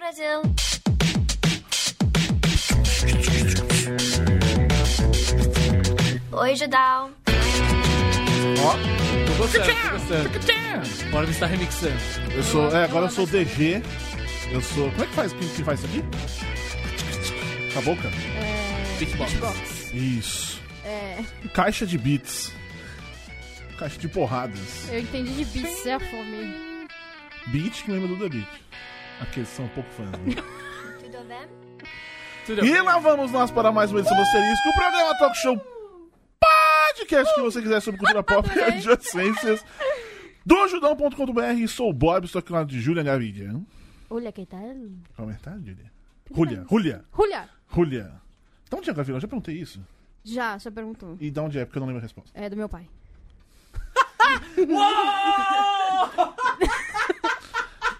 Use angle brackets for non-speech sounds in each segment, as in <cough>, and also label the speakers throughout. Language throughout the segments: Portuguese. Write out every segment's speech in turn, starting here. Speaker 1: Brasil. Oi, Judal.
Speaker 2: Ó, tô gostando, tô gostando. Bora me estar remixando.
Speaker 3: Eu sou. É, agora eu sou o DG. Eu sou. Como é que faz? Quem que faz isso aqui? Com a boca?
Speaker 2: Beatbox.
Speaker 3: Isso.
Speaker 4: É,
Speaker 3: Caixa de beats. Caixa de porradas.
Speaker 4: eu entendi de bits, é a fome.
Speaker 3: Beat que lembra do The Beat. Aqueles são um pouco fãs. Né?
Speaker 2: <laughs>
Speaker 1: Tudo bem?
Speaker 2: Tudo bem.
Speaker 3: E lá vamos nós para mais um uma edição do Asterisco, o programa Talk Show Podcast que você quiser sobre cultura pop <laughs> e adjacências do judão.com.br. Sou o Bob, estou aqui do lado de Júlia Gavidia. é
Speaker 4: Olha que
Speaker 2: tá
Speaker 4: tal.
Speaker 3: Comentar, Júlia? Júlia, Júlia,
Speaker 4: Julia,
Speaker 3: Júlia. Então, onde é Gaviria? Eu já perguntei isso.
Speaker 4: já, já perguntou.
Speaker 3: E de onde é? Porque eu não lembro a resposta.
Speaker 4: É do meu pai.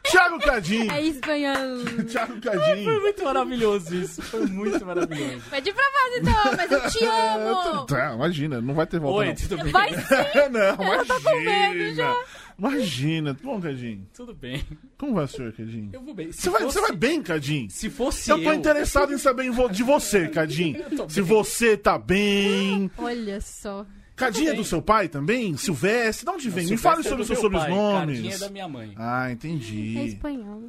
Speaker 3: Thiago Cadinho!
Speaker 4: É espanhol.
Speaker 3: Thiago Cadinho!
Speaker 2: Foi muito maravilhoso isso. Foi muito maravilhoso.
Speaker 4: <laughs> Pede pra fazer então, mas eu te
Speaker 3: <laughs>
Speaker 4: amo.
Speaker 3: Tá, imagina, não vai ter volta.
Speaker 2: Oi,
Speaker 3: não.
Speaker 2: tudo bem?
Speaker 4: Vai sim.
Speaker 3: não,
Speaker 4: medo
Speaker 3: imagina.
Speaker 4: já.
Speaker 3: Imagina. Bom, Cadinho.
Speaker 2: Tudo bem.
Speaker 3: Como vai o senhor, Cadinho?
Speaker 2: Eu vou bem. Se
Speaker 3: Você vai,
Speaker 2: fosse-
Speaker 3: você vai Então bem, Cadinho?
Speaker 2: Se fosse
Speaker 3: Eu tô interessado em saber em vo- de você,
Speaker 2: <laughs>
Speaker 3: Cadinho.
Speaker 2: tô
Speaker 3: Se
Speaker 2: bem. Ah, tá
Speaker 3: você tá bem.
Speaker 4: Olha só.
Speaker 3: Cadinho é do seu pai também? Silvestre? De onde vem? Me fale
Speaker 2: é
Speaker 3: sobre os seus
Speaker 2: Cadinha é
Speaker 3: sobrenomes.
Speaker 2: da minha mãe.
Speaker 3: Ah,
Speaker 4: É
Speaker 3: entendi.
Speaker 4: espanhol.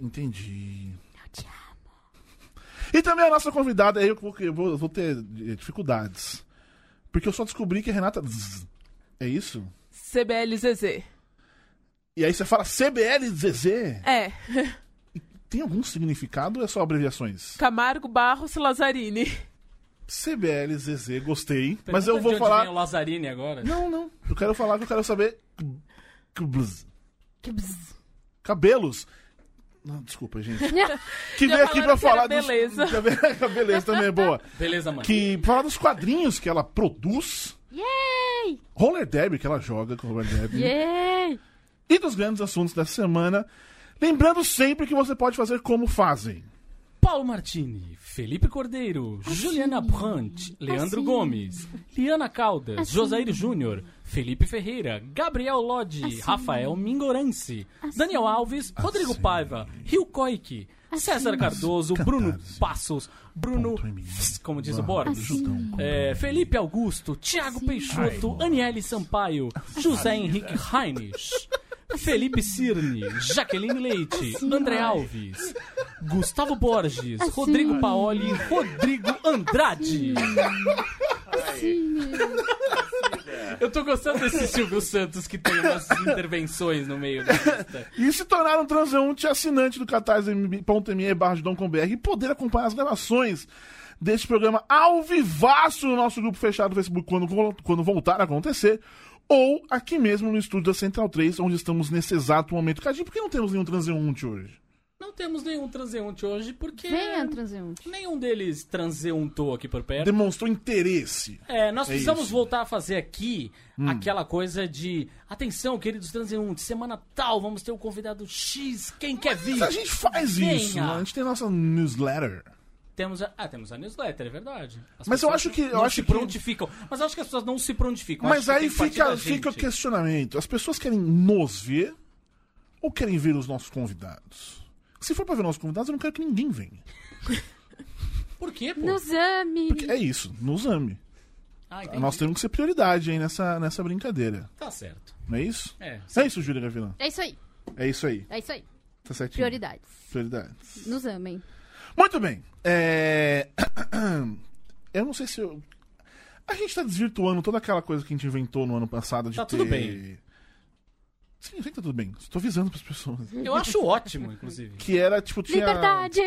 Speaker 3: Entendi. E também a nossa convidada, eu vou, eu vou- eu vou ter eh, dificuldades. Porque eu só descobri que a Renata. Zzz, É isso?
Speaker 5: CBLZZ.
Speaker 3: E aí você fala CBLZZ?
Speaker 5: É,
Speaker 3: <laughs> Tem algum significado ou é só abreviações?
Speaker 5: Camargo Barros Lazzarini.
Speaker 3: CBLZZ, gostei.
Speaker 2: Pergunta
Speaker 3: Mas eu
Speaker 2: de
Speaker 3: vou
Speaker 2: onde vem
Speaker 3: falar.
Speaker 2: o Lazzarini agora.
Speaker 3: Não, não. Eu quero falar que eu quero saber. Cbz.
Speaker 4: Que bzz.
Speaker 3: Cabelos. Não, desculpa,
Speaker 5: <laughs>
Speaker 3: gente. Que
Speaker 5: Já
Speaker 3: veio aqui pra
Speaker 5: falaram que era
Speaker 3: falar. dos- <laughs>
Speaker 5: beleza.
Speaker 3: beleza também é boa.
Speaker 2: Beleza, mãe.
Speaker 3: Que pra falar dos quadrinhos que ela produz.
Speaker 4: Yay!
Speaker 3: Roller Derby, que ela joga com o Roller Derby.
Speaker 4: Yay!
Speaker 3: E dos grandes assuntos dessa semana. Lembrando sempre que você pode fazer como fazem.
Speaker 2: Paulo Martini, Felipe Cordeiro, Juliana Brandt, Leandro Gomes, Liana Caldas, Josair Júnior, Felipe Ferreira, Gabriel Lodi, Rafael Mingorance, Daniel Alves, Rodrigo
Speaker 3: Assim.
Speaker 2: Paiva, Rio Coic, César Cardoso, Bruno
Speaker 3: Catarse.
Speaker 2: Passos, Bruno,
Speaker 3: Ponto ME.
Speaker 2: como diz o
Speaker 3: Barra
Speaker 2: Borges,
Speaker 3: Judão.
Speaker 2: é, Felipe Augusto, Thiago Peixoto, Aniele Sampaio, José Henrique Heinrich, Felipe Cirne, Jaqueline Leite, André Alves, Gustavo Borges, Rodrigo Paoli, Rodrigo Andrade. Eu tô gostando desse Silvio Santos que tem umas intervenções no meio da lista.
Speaker 3: E se tornar um transeunte assinante do catarse.me barra Judão com BR e poder acompanhar as gravações deste programa ao vivaço no nosso grupo fechado no Facebook quando, quando voltar a acontecer, ou aqui mesmo no estúdio da Central 3, onde estamos nesse exato momento. Cadinho, por que não temos nenhum transeunte hoje?
Speaker 2: Não temos nenhum transeunte hoje porque
Speaker 4: Venha, transeunte.
Speaker 2: nenhum deles transeuntou aqui por perto.
Speaker 3: Demonstrou interesse.
Speaker 2: É, nós
Speaker 3: É
Speaker 2: precisamos
Speaker 3: isso. Hum.
Speaker 2: voltar a fazer aqui aquela coisa de atenção, queridos transeuntes, semana tal, vamos ter o convidado X, quem quer vir?
Speaker 3: Mas a gente faz
Speaker 2: Venha.
Speaker 3: isso, né? a gente tem a nossa newsletter.
Speaker 2: Temos a, ah, temos a newsletter, é verdade. As
Speaker 3: Mas eu
Speaker 2: pessoas
Speaker 3: acho que- eu
Speaker 2: não
Speaker 3: acho
Speaker 2: se
Speaker 3: que-
Speaker 2: prontificam. Mas eu acho que as pessoas não se prontificam.
Speaker 3: Mas
Speaker 2: acho que
Speaker 3: aí
Speaker 2: tem que partir
Speaker 3: fica,
Speaker 2: da
Speaker 3: fica o
Speaker 2: gente.
Speaker 3: questionamento. As pessoas querem nos ver ou querem ver os nossos convidados? Se for pra ver nossos convidados, eu não quero que ninguém venha.
Speaker 2: Por quê, pô?
Speaker 4: Nos ame.
Speaker 3: Porque é isso, nos ame.
Speaker 2: Ah, entendi.
Speaker 3: Nós temos que ser prioridade aí nessa, nessa brincadeira.
Speaker 2: Tá certo.
Speaker 3: Não é isso?
Speaker 2: É.
Speaker 3: É isso, Júlia Gavilã.
Speaker 4: É isso aí.
Speaker 3: É isso aí.
Speaker 4: É isso aí.
Speaker 3: Tá certinho.
Speaker 4: Prioridades.
Speaker 3: Prioridades.
Speaker 4: Nos amem.
Speaker 3: Muito bem. É... <coughs> Eu não sei se eu... A gente tá desvirtuando toda aquela coisa que a gente inventou no ano passado de
Speaker 2: Tá
Speaker 3: ter...
Speaker 2: tudo bem.
Speaker 3: Sim, sim, tá tudo bem. Estou avisando pras pessoas.
Speaker 2: Eu acho ótimo, inclusive.
Speaker 3: Que era, tipo, tinha...
Speaker 4: Liberdade!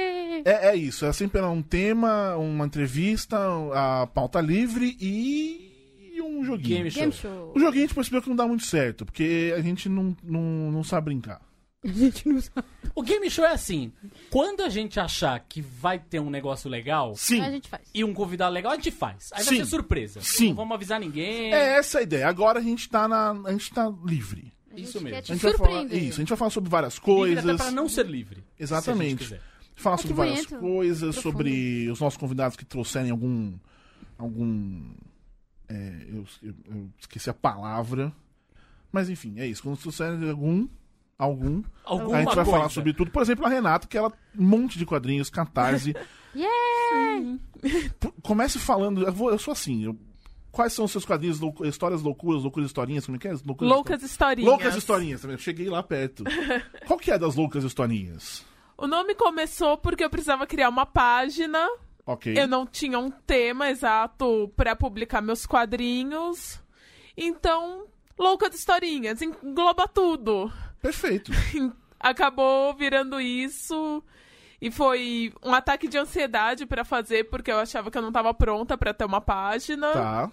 Speaker 3: É, é isso. É sempre um tema, uma entrevista, a pauta livre e um <laughs> joguinho.
Speaker 2: Game show.
Speaker 4: Game show.
Speaker 3: O joguinho a gente percebeu que não dá muito certo, porque a gente não, não, não sabe brincar.
Speaker 4: A gente não sabe.
Speaker 2: O game show é assim: quando a gente achar que vai ter um negócio legal
Speaker 3: Sim.
Speaker 4: A gente faz.
Speaker 2: e um convidado legal, a gente faz. Aí vai
Speaker 3: Sim.
Speaker 2: ser surpresa.
Speaker 3: Sim.
Speaker 2: Não vamos avisar ninguém.
Speaker 3: É essa a ideia. Agora a gente tá na. A gente tá livre.
Speaker 4: A gente
Speaker 2: Isso mesmo.
Speaker 4: quer
Speaker 3: A
Speaker 4: te
Speaker 3: gente vai falar,
Speaker 4: surpreender.
Speaker 3: isso, a gente vai falar sobre várias
Speaker 2: Livre até
Speaker 3: coisas.
Speaker 2: pra não ser livre. se a gente
Speaker 3: Exatamente.
Speaker 2: quiser.
Speaker 3: Falar
Speaker 4: Ah, que
Speaker 3: sobre várias
Speaker 4: bonito.
Speaker 3: coisas,
Speaker 4: Profundo.
Speaker 3: sobre os nossos convidados que trouxerem algum. algum. é, eu, eu- eu esqueci a palavra. Mas enfim, é isso. Quando trouxerem algum. Algum.
Speaker 2: Alguma
Speaker 3: a gente vai
Speaker 2: coisa.
Speaker 3: falar sobre tudo. Por exemplo, a Renata, que ela. Um monte de
Speaker 4: <laughs>
Speaker 3: quadrinhos, catarse.
Speaker 4: Yeah!
Speaker 3: P- Comece falando. Eu, vou- eu sou assim. eu- quais são os seus quadrinhos? Loucu- histórias loucuras, loucuras historinhas? Como é que é? Loucuras,
Speaker 5: Loucas historinhas.
Speaker 3: Loucas historinhas também. Eu cheguei lá perto. Qual que é das loucas historinhas?
Speaker 5: O nome começou porque eu precisava criar uma página.
Speaker 3: Ok.
Speaker 5: Eu não tinha um tema exato pra publicar meus quadrinhos. Então, loucas historinhas, engloba tudo. <laughs>
Speaker 3: Perfeito.
Speaker 5: acabou virando isso e foi um ataque de ansiedade pra fazer porque eu achava que eu não tava pronta pra ter uma página
Speaker 3: Tá.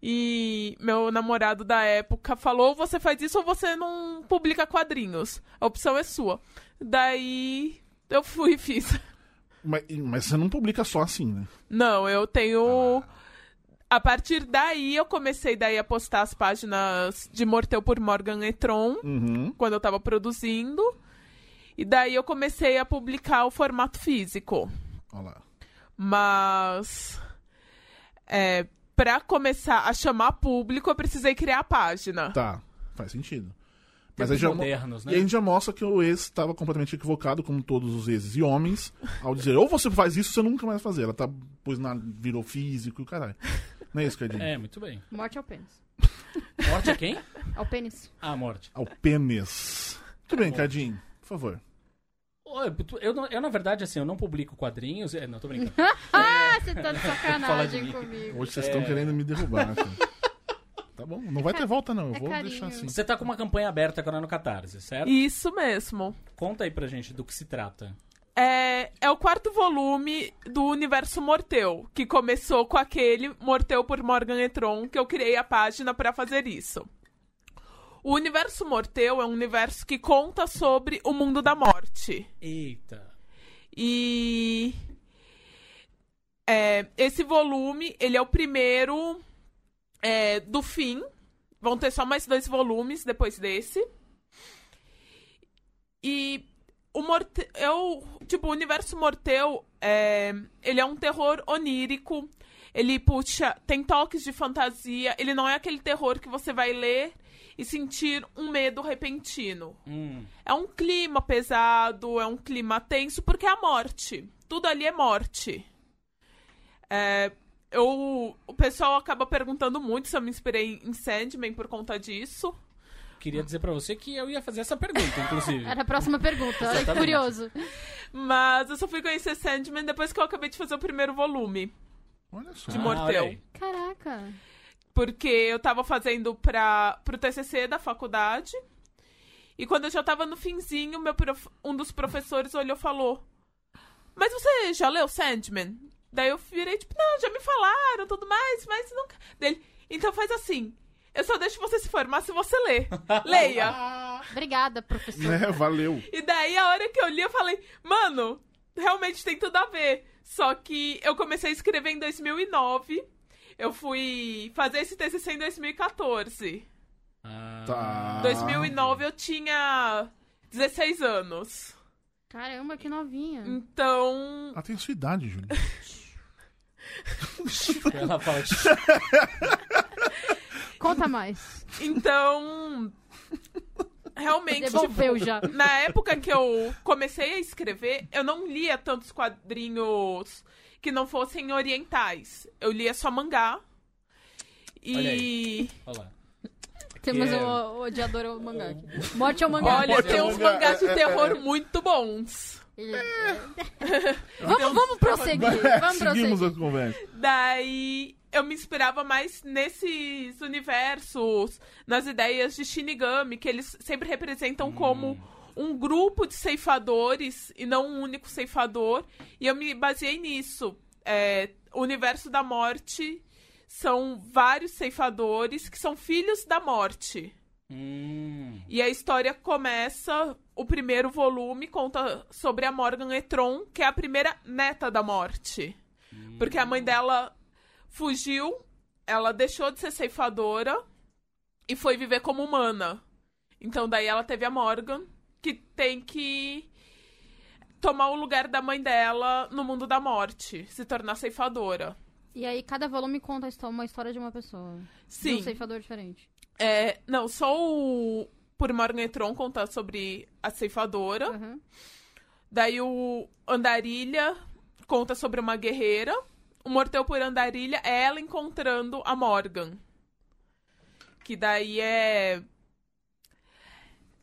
Speaker 5: e meu namorado da época falou você faz isso ou você não publica quadrinhos a opção é sua daí eu fui e fiz <laughs>
Speaker 3: Mas, mas você não publica só assim, né?
Speaker 5: não eu tenho a partir daí eu comecei daí a postar as páginas de Morteu por Morgan Etron
Speaker 3: Uhum.
Speaker 5: quando eu tava produzindo. E daí eu comecei a publicar o formato físico.
Speaker 3: Olha lá.
Speaker 5: Mas. É, pra começar a chamar público, eu precisei criar a página.
Speaker 3: Tá. Faz sentido. Mas aí
Speaker 2: Tempos
Speaker 3: já, mo-
Speaker 2: modernos, né?
Speaker 3: e aí já mostra que o ex estava completamente equivocado, como todos os exes e homens, ao dizer, ou você faz isso, você nunca mais vai fazer. Ela tá, pois na, virou físico e o caralho. Não é isso, Cadinho?
Speaker 2: É, muito bem.
Speaker 4: Morte ao pênis.
Speaker 2: Morte a quem?
Speaker 4: Ao pênis.
Speaker 2: Ah, morte.
Speaker 3: Ao pênis. Tudo
Speaker 2: Tá
Speaker 3: bem, Cadinho. Por favor.
Speaker 2: Ô, Eu, eu não- eu, na verdade, assim, eu não publico quadrinhos. É, não, tô
Speaker 3: <laughs>
Speaker 2: brincando.
Speaker 4: Ah, você tá de
Speaker 2: Fala de
Speaker 4: sacanagem
Speaker 2: mim.
Speaker 4: comigo.
Speaker 3: Hoje vocês
Speaker 2: É.
Speaker 3: estão querendo me derrubar. né, cara. Tá bom, não vai ter volta não, eu
Speaker 4: É
Speaker 3: vou
Speaker 4: carinho.
Speaker 3: deixar assim.
Speaker 2: Você tá com uma campanha aberta agora no Catarse, certo?
Speaker 5: Isso mesmo.
Speaker 2: Conta aí pra gente do que se trata.
Speaker 5: É, é o quarto volume do Universo Morteu, que começou com aquele Morteu por Morgan Etron, que eu criei a página pra fazer isso. O Universo Morteu é um universo que conta sobre o mundo da morte.
Speaker 2: Eita.
Speaker 5: E é, esse volume, ele é o primeiro é, do fim. Vão ter só mais dois volumes depois desse. E o Morte- eu, tipo, o universo Morteu, é, ele é um terror onírico. Ele puxa, tem toques de fantasia. Ele não é aquele terror que você vai ler e sentir um medo repentino.
Speaker 2: Hum.
Speaker 5: É um clima pesado, é um clima tenso, porque é a morte. Tudo ali é morte. É, eu, o pessoal acaba perguntando muito se eu me inspirei em Sandman por conta disso.
Speaker 2: Queria dizer pra você que eu ia fazer essa pergunta, inclusive.
Speaker 4: <laughs> Era a próxima pergunta. Olha que
Speaker 2: Exatamente.
Speaker 4: curioso.
Speaker 5: Mas eu só fui conhecer Sandman depois que eu acabei de fazer o primeiro volume.
Speaker 3: Olha só.
Speaker 5: de Morteu.
Speaker 2: Ah, olha aí.
Speaker 4: Caraca.
Speaker 5: Porque eu tava fazendo pra, pro TCC da faculdade. E quando eu já tava no finzinho, meu prof- um dos professores olhou e falou: Mas você já leu Sandman? Daí eu virei tipo: Não, já me falaram tudo mais, mas nunca. Dele, então faz assim: Eu só deixo você se formar se você ler. Leia.
Speaker 4: Obrigada, professor.
Speaker 3: É, valeu.
Speaker 5: e daí a hora que eu li, eu falei: Mano, realmente tem tudo a ver. Só que eu comecei a escrever em 2009. Eu fui fazer esse TCC em 2014.
Speaker 2: Ah,
Speaker 3: Tá.
Speaker 5: 2009 eu tinha 16 anos.
Speaker 4: Caramba, que novinha.
Speaker 5: Então,
Speaker 3: Ela tem a sua idade, Júlio.
Speaker 2: Ela fala,
Speaker 4: Conta mais.
Speaker 5: então realmente tipo,
Speaker 4: Devolveu já.
Speaker 5: na época que eu comecei a escrever, eu não lia tantos quadrinhos que não fossem orientais. Eu lia só mangá.
Speaker 2: Olha
Speaker 5: E
Speaker 2: olha lá.
Speaker 4: Temos
Speaker 2: É.
Speaker 4: um o, o odiador ao mangá
Speaker 5: <laughs>
Speaker 4: aqui. Morte ao mangá.
Speaker 5: olha,
Speaker 3: Morte
Speaker 5: tem um-
Speaker 3: ao
Speaker 5: uns
Speaker 3: mangá,
Speaker 5: mangás de
Speaker 3: é, é,
Speaker 5: terror muito bons.
Speaker 4: Ele- <laughs>
Speaker 5: um-
Speaker 4: Vamos, vamos prosseguir. Vamos
Speaker 3: <laughs> Seguimos
Speaker 4: prosseguir.
Speaker 3: a conversa.
Speaker 5: Daí eu me inspirava mais nesses universos, nas ideias de Shinigami, que eles sempre representam como um grupo de ceifadores e não um único ceifador. E eu me baseei nisso. É, o universo da morte são vários ceifadores que são filhos da morte.
Speaker 2: Hum.
Speaker 5: E a história começa, o primeiro volume conta sobre a Morgan Etron, que é a primeira neta da morte. Porque a mãe dela fugiu, ela deixou de ser ceifadora e foi viver como humana. Então daí ela teve a Morgan, que tem que tomar o lugar da mãe dela no mundo da morte, se tornar ceifadora.
Speaker 4: E aí cada volume conta a histó- uma história de uma pessoa.
Speaker 5: Sim.
Speaker 4: De um ceifador diferente.
Speaker 5: É, não, só o Por Morgan Etron conta sobre a ceifadora.
Speaker 4: Aham.
Speaker 5: Daí o Andarilha conta sobre uma guerreira. O Morteu por Andarilha é ela encontrando a Morgan. Que daí é.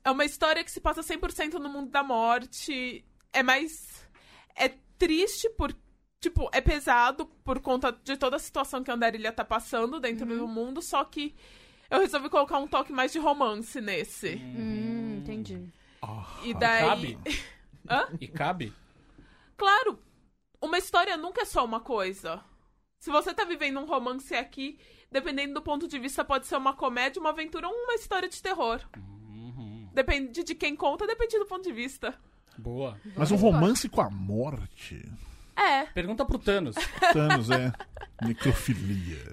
Speaker 5: É uma história que se passa 100% no mundo da morte. É mais. É triste por. Tipo, é pesado por conta de toda a situação que a Andarilha tá passando dentro do mundo, só que eu resolvi colocar um toque mais de romance nesse.
Speaker 4: Hum, entendi. <laughs>
Speaker 5: E daí.
Speaker 2: Cabe?
Speaker 5: Hã?
Speaker 2: E cabe?
Speaker 5: Claro, uma história nunca é só uma coisa. Se você tá vivendo um romance aqui, dependendo do ponto de vista, pode ser uma comédia, uma aventura ou uma história de terror. Depende de quem conta, depende do ponto de vista.
Speaker 2: Boa.
Speaker 3: Mas um romance com a morte.
Speaker 5: É.
Speaker 2: Pergunta pro Thanos.
Speaker 3: Thanos <laughs> é necrofilia.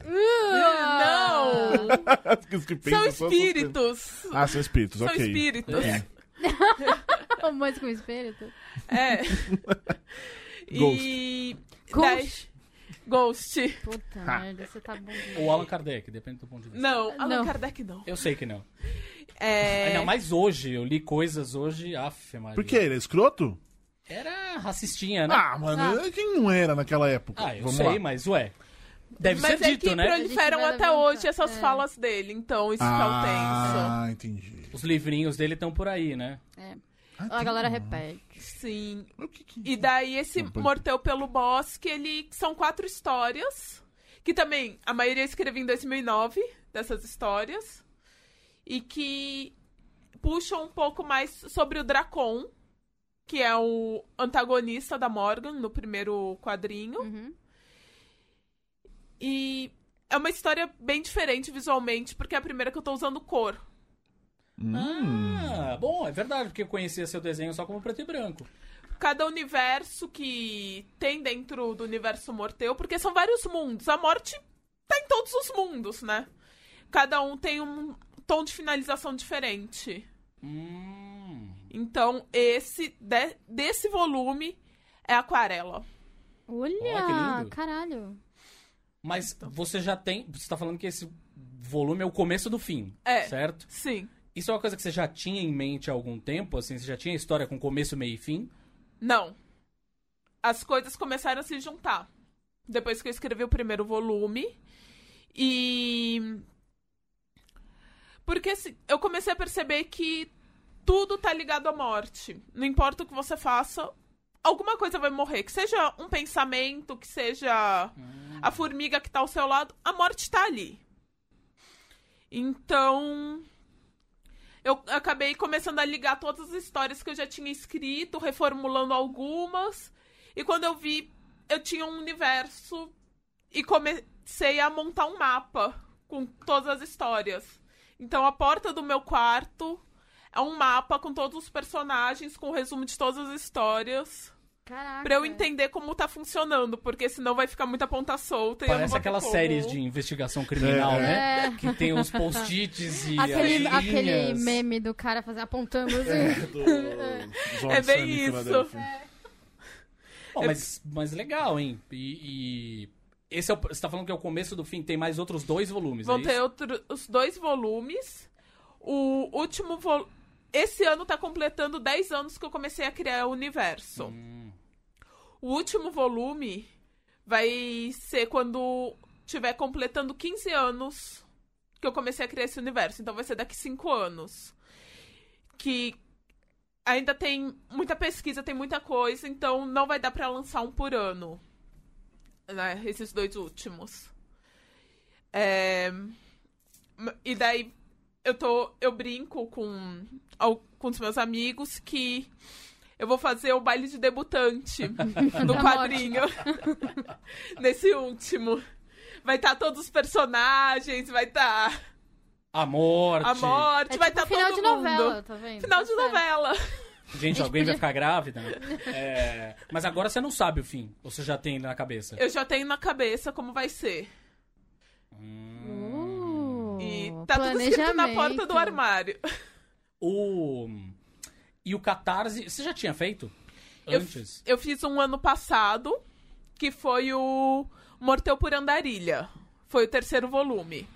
Speaker 5: Não!
Speaker 3: Os que pensam
Speaker 5: São
Speaker 3: só essas coisas.
Speaker 5: espíritos.
Speaker 3: Ah, são espíritos,
Speaker 5: São
Speaker 3: ok.
Speaker 5: espíritos.
Speaker 3: É.
Speaker 4: Romance Um com espírito?
Speaker 5: É.
Speaker 3: Ghost.
Speaker 5: E.
Speaker 4: Ghost.
Speaker 5: Daí- Ghost.
Speaker 4: Puta merda, você tá bom.
Speaker 2: Ou
Speaker 5: <laughs>
Speaker 2: Allan Kardec, depende do ponto de vista.
Speaker 5: Não, Allan
Speaker 4: Não.
Speaker 5: Kardec não.
Speaker 2: Eu sei que não.
Speaker 5: É.
Speaker 2: Ainda mais hoje, eu li coisas hoje, af, Maria.
Speaker 3: Por que ele é escroto?
Speaker 2: Era racistinha, né?
Speaker 3: Ah, mano, quem não era naquela época?
Speaker 2: Ah, eu
Speaker 3: Vamos
Speaker 2: sei,
Speaker 3: lá.
Speaker 2: mas ué. Deve
Speaker 5: Mas
Speaker 2: ser
Speaker 5: é
Speaker 2: dito,
Speaker 5: que
Speaker 2: né?
Speaker 5: proliferam
Speaker 4: A gente vai
Speaker 5: até
Speaker 4: levantar.
Speaker 5: hoje essas
Speaker 4: É.
Speaker 5: falas dele, então isso que é o tenso.
Speaker 3: Ah, entendi.
Speaker 2: Os livrinhos dele estão por aí, né?
Speaker 4: É. A galera repete.
Speaker 5: Sim.
Speaker 3: Mas um- o que que-
Speaker 5: E daí esse
Speaker 3: Não, pode-
Speaker 5: Morteu pelo Bosque, ele são quatro histórias, que também a maioria eu escrevi em 2009 dessas histórias e que puxam um pouco mais sobre o Dracon, que é o antagonista da Morgan no primeiro quadrinho.
Speaker 4: Uhum.
Speaker 5: E é uma história bem diferente visualmente, porque é a primeira que eu tô usando cor.
Speaker 3: Hum.
Speaker 2: Ah, bom, é verdade, porque eu conhecia seu desenho só como preto e branco.
Speaker 5: cada universo que tem dentro do universo morteu, porque são vários mundos. A morte tá em todos os mundos, né? Cada um tem um tom de finalização diferente.
Speaker 2: Hum.
Speaker 5: Então, esse de- desse volume é aquarela.
Speaker 2: Olha, que
Speaker 4: Olha,
Speaker 2: lindo.
Speaker 4: caralho.
Speaker 2: Mas
Speaker 5: Então.
Speaker 2: você já tem. Você tá falando que esse volume é o começo do fim.
Speaker 5: É.
Speaker 2: Certo?
Speaker 5: Sim.
Speaker 2: Isso é uma coisa que você já tinha em mente há algum tempo, assim, você já tinha história com começo, meio e fim.
Speaker 5: Não. As coisas começaram a se juntar. Depois que eu escrevi o primeiro volume. E. Porque assim, eu comecei a perceber que tudo tá ligado à morte. Não importa o que você faça, alguma coisa vai morrer. Que seja um pensamento, que seja a formiga que tá ao seu lado, a morte tá ali. Então. Eu acabei começando a ligar todas as histórias que eu já tinha escrito, reformulando algumas. E quando eu vi, eu tinha um universo e comecei a montar um mapa com todas as histórias. Então a porta do meu quarto é um mapa com todos os personagens, com o resumo de todas as histórias,
Speaker 4: Caraca.
Speaker 5: Pra eu entender como tá funcionando, porque senão vai ficar muita ponta solta. e eu não
Speaker 2: Parece
Speaker 5: vou ter
Speaker 2: aquelas
Speaker 5: como.
Speaker 2: séries de investigação criminal,
Speaker 3: É.
Speaker 2: né?
Speaker 4: É.
Speaker 2: Que tem os post-its e
Speaker 4: Aquele,
Speaker 2: as
Speaker 4: aquele
Speaker 2: linhas.
Speaker 4: meme do cara fazendo apontando assim. <laughs>
Speaker 3: Do- Zone
Speaker 5: É bem
Speaker 3: Sunny
Speaker 5: isso.
Speaker 3: Philadelphia.
Speaker 2: Bom, mas, mas legal, hein? E, e esse é o, você tá falando que é o começo do fim, tem mais outros dois volumes,
Speaker 5: Vão
Speaker 2: é
Speaker 5: ter
Speaker 2: isso?
Speaker 5: outro- os dois volumes. O último volume. Esse ano tá completando 10 anos que eu comecei a criar o universo.
Speaker 2: Hum.
Speaker 5: O último volume vai ser quando tiver completando 15 anos que eu comecei a criar esse universo. Então vai ser daqui 5 anos. Que ainda tem muita pesquisa, tem muita coisa, então não vai dar pra lançar um por ano. Né? Esses dois últimos. É, m- E daí eu tô. Eu brinco com, al- com os meus amigos que eu vou fazer o baile de debutante
Speaker 4: <laughs>
Speaker 5: do
Speaker 4: Da
Speaker 5: quadrinho. <laughs> tá Nesse último. Vai estar todos os personagens, vai estar
Speaker 2: A morte.
Speaker 5: tá A morte,
Speaker 4: É
Speaker 5: vai
Speaker 4: tipo
Speaker 5: estar
Speaker 4: final
Speaker 5: todo
Speaker 4: de
Speaker 5: mundo.
Speaker 4: novela, tá vendo?
Speaker 5: Final de
Speaker 4: Tá certo.
Speaker 5: novela.
Speaker 2: Gente, alguém
Speaker 4: podia-
Speaker 2: vai ficar
Speaker 5: <laughs>
Speaker 2: grávida. É, Mas agora você não sabe o fim. Ou você já tem na cabeça.
Speaker 5: Eu já tenho na cabeça como vai ser.
Speaker 4: Uh,
Speaker 5: E tá tudo escrito na porta do
Speaker 4: planejamento.
Speaker 5: armário.
Speaker 2: O... E o Catarse... Você já tinha feito?
Speaker 5: Eu-
Speaker 2: Antes?
Speaker 5: Eu fiz um ano passado, que foi o Morteu por Andarilha. Foi o terceiro volume.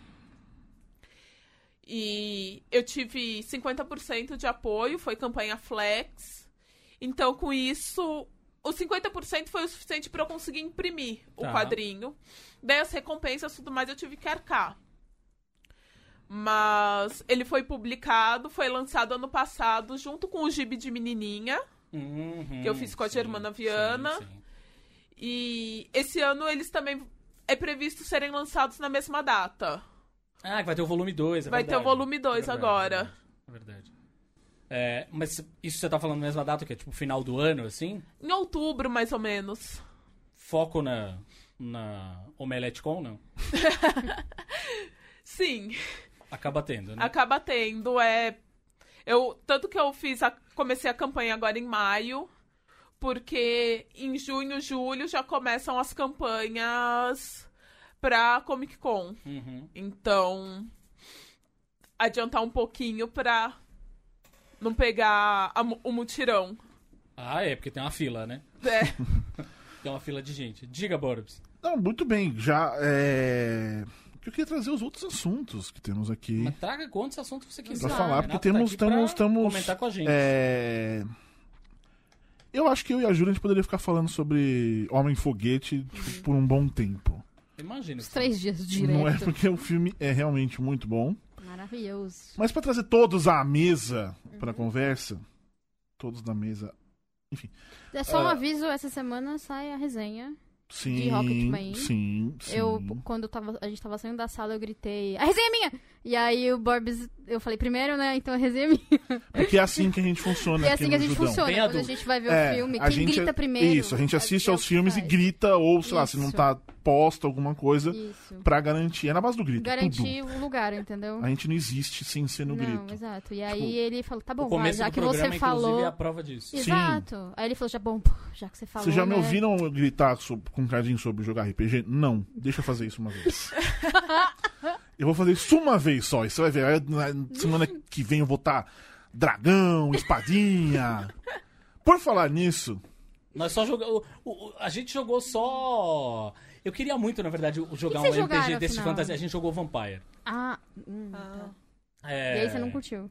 Speaker 5: E eu tive 50% de apoio, foi campanha Flex. Então, com isso, os 50% foi o suficiente para eu conseguir imprimir
Speaker 2: Tá.
Speaker 5: o quadrinho. Daí as recompensas e tudo mais eu tive que arcar. Mas ele foi publicado, foi lançado ano passado, junto com o Gibi de Menininha.
Speaker 2: Uhum,
Speaker 5: que eu fiz com a Germana Viana.
Speaker 2: sim, sim.
Speaker 5: E esse ano eles também é previsto serem lançados na mesma data.
Speaker 2: Ah, que vai ter o volume 2, é
Speaker 5: Vai ter o
Speaker 2: verdade.
Speaker 5: volume 2
Speaker 2: É verdade,
Speaker 5: agora.
Speaker 2: É verdade. É, mas isso você tá falando na mesma data, que é tipo final do ano, assim?
Speaker 5: Em outubro, mais ou menos.
Speaker 2: Foco na, na Omelete Com, não?
Speaker 5: Sim,
Speaker 2: Acaba tendo, né?
Speaker 5: acaba tendo. É... Eu, tanto que eu fiz a- comecei a campanha agora em maio, porque em junho, julho já começam as campanhas pra Comic Con.
Speaker 2: Uhum.
Speaker 5: Então, adiantar um pouquinho pra não pegar a mu- o mutirão.
Speaker 2: Ah, é, porque tem uma fila, né?
Speaker 5: né?
Speaker 2: Tem uma fila de gente. Diga, Borbs.
Speaker 3: Não, muito bem, já é. que Eu queria trazer os outros assuntos que temos aqui.
Speaker 2: Mas traga quantos assuntos você quiser.
Speaker 3: Pra falar, porque
Speaker 2: Renato
Speaker 3: temos-
Speaker 2: tá aqui pra
Speaker 3: temos- temos,
Speaker 2: Comentar com a gente.
Speaker 3: É... Eu acho que eu e a Júlia a gente poderia ficar falando sobre Homem Foguete tipo, por um bom tempo.
Speaker 2: Imagina.
Speaker 4: Os três dias direto.
Speaker 3: Não é porque o filme é realmente muito bom.
Speaker 4: Maravilhoso.
Speaker 3: Mas pra trazer todos à mesa
Speaker 4: Uhum.
Speaker 3: pra conversa, todos na mesa.
Speaker 4: É só um
Speaker 3: Ah.
Speaker 4: aviso, essa semana sai a resenha.
Speaker 3: Sim.
Speaker 4: De Rocketman.
Speaker 3: Sim, sim.
Speaker 4: Eu, quando eu tava, a gente tava saindo da sala, eu gritei, a resenha é minha! E aí o Borbs, eu falei primeiro, né, então a resenha é minha.
Speaker 3: Porque é assim que a gente funciona.
Speaker 4: e é
Speaker 3: aqui
Speaker 4: assim que a
Speaker 3: no
Speaker 4: gente
Speaker 3: Judão.
Speaker 4: funciona,
Speaker 2: Bem
Speaker 4: quando
Speaker 2: adulto.
Speaker 4: a gente vai ver
Speaker 3: É,
Speaker 4: o filme,
Speaker 3: a
Speaker 4: quem
Speaker 3: gente-
Speaker 4: grita primeiro.
Speaker 3: Isso, a gente assiste
Speaker 4: é o
Speaker 3: aos
Speaker 4: que
Speaker 3: filmes e
Speaker 4: faz.
Speaker 3: grita, ou sei lá, se não
Speaker 4: Isso.
Speaker 3: tá posta alguma coisa,
Speaker 4: Isso.
Speaker 3: pra garantir. É na base do grito.
Speaker 4: Garantir o lugar, entendeu?
Speaker 3: Tudo. A gente não existe sem ser no
Speaker 4: não,
Speaker 3: grito.
Speaker 4: exato. E
Speaker 3: Tipo,
Speaker 4: aí ele falou, tá bom,
Speaker 2: o
Speaker 4: vai,
Speaker 2: começo
Speaker 4: já
Speaker 2: do
Speaker 4: que
Speaker 2: programa,
Speaker 4: você
Speaker 2: inclusive,
Speaker 4: falou.
Speaker 2: é a prova disso.
Speaker 3: Sim.
Speaker 4: Exato. Aí ele falou, já bom, já que você falou.
Speaker 3: Vocês já me
Speaker 4: né?
Speaker 3: ouviram gritar so- com um cadinho sobre jogar RPG? Não, deixa eu fazer isso
Speaker 4: <laughs>
Speaker 3: uma vez. eu vou fazer isso uma vez só, e você vai ver. Aí, na semana que vem eu vou estar dragão, espadinha. Por falar nisso,
Speaker 2: Nós só jogamos... A gente jogou só... Eu queria muito, na verdade, o- jogar um
Speaker 4: vocês
Speaker 2: RPG
Speaker 4: jogaram,
Speaker 2: desse
Speaker 4: afinal?
Speaker 2: fantasia. A gente jogou Vampire.
Speaker 4: Ah, hum, tá.
Speaker 2: É...
Speaker 4: E aí você não curtiu.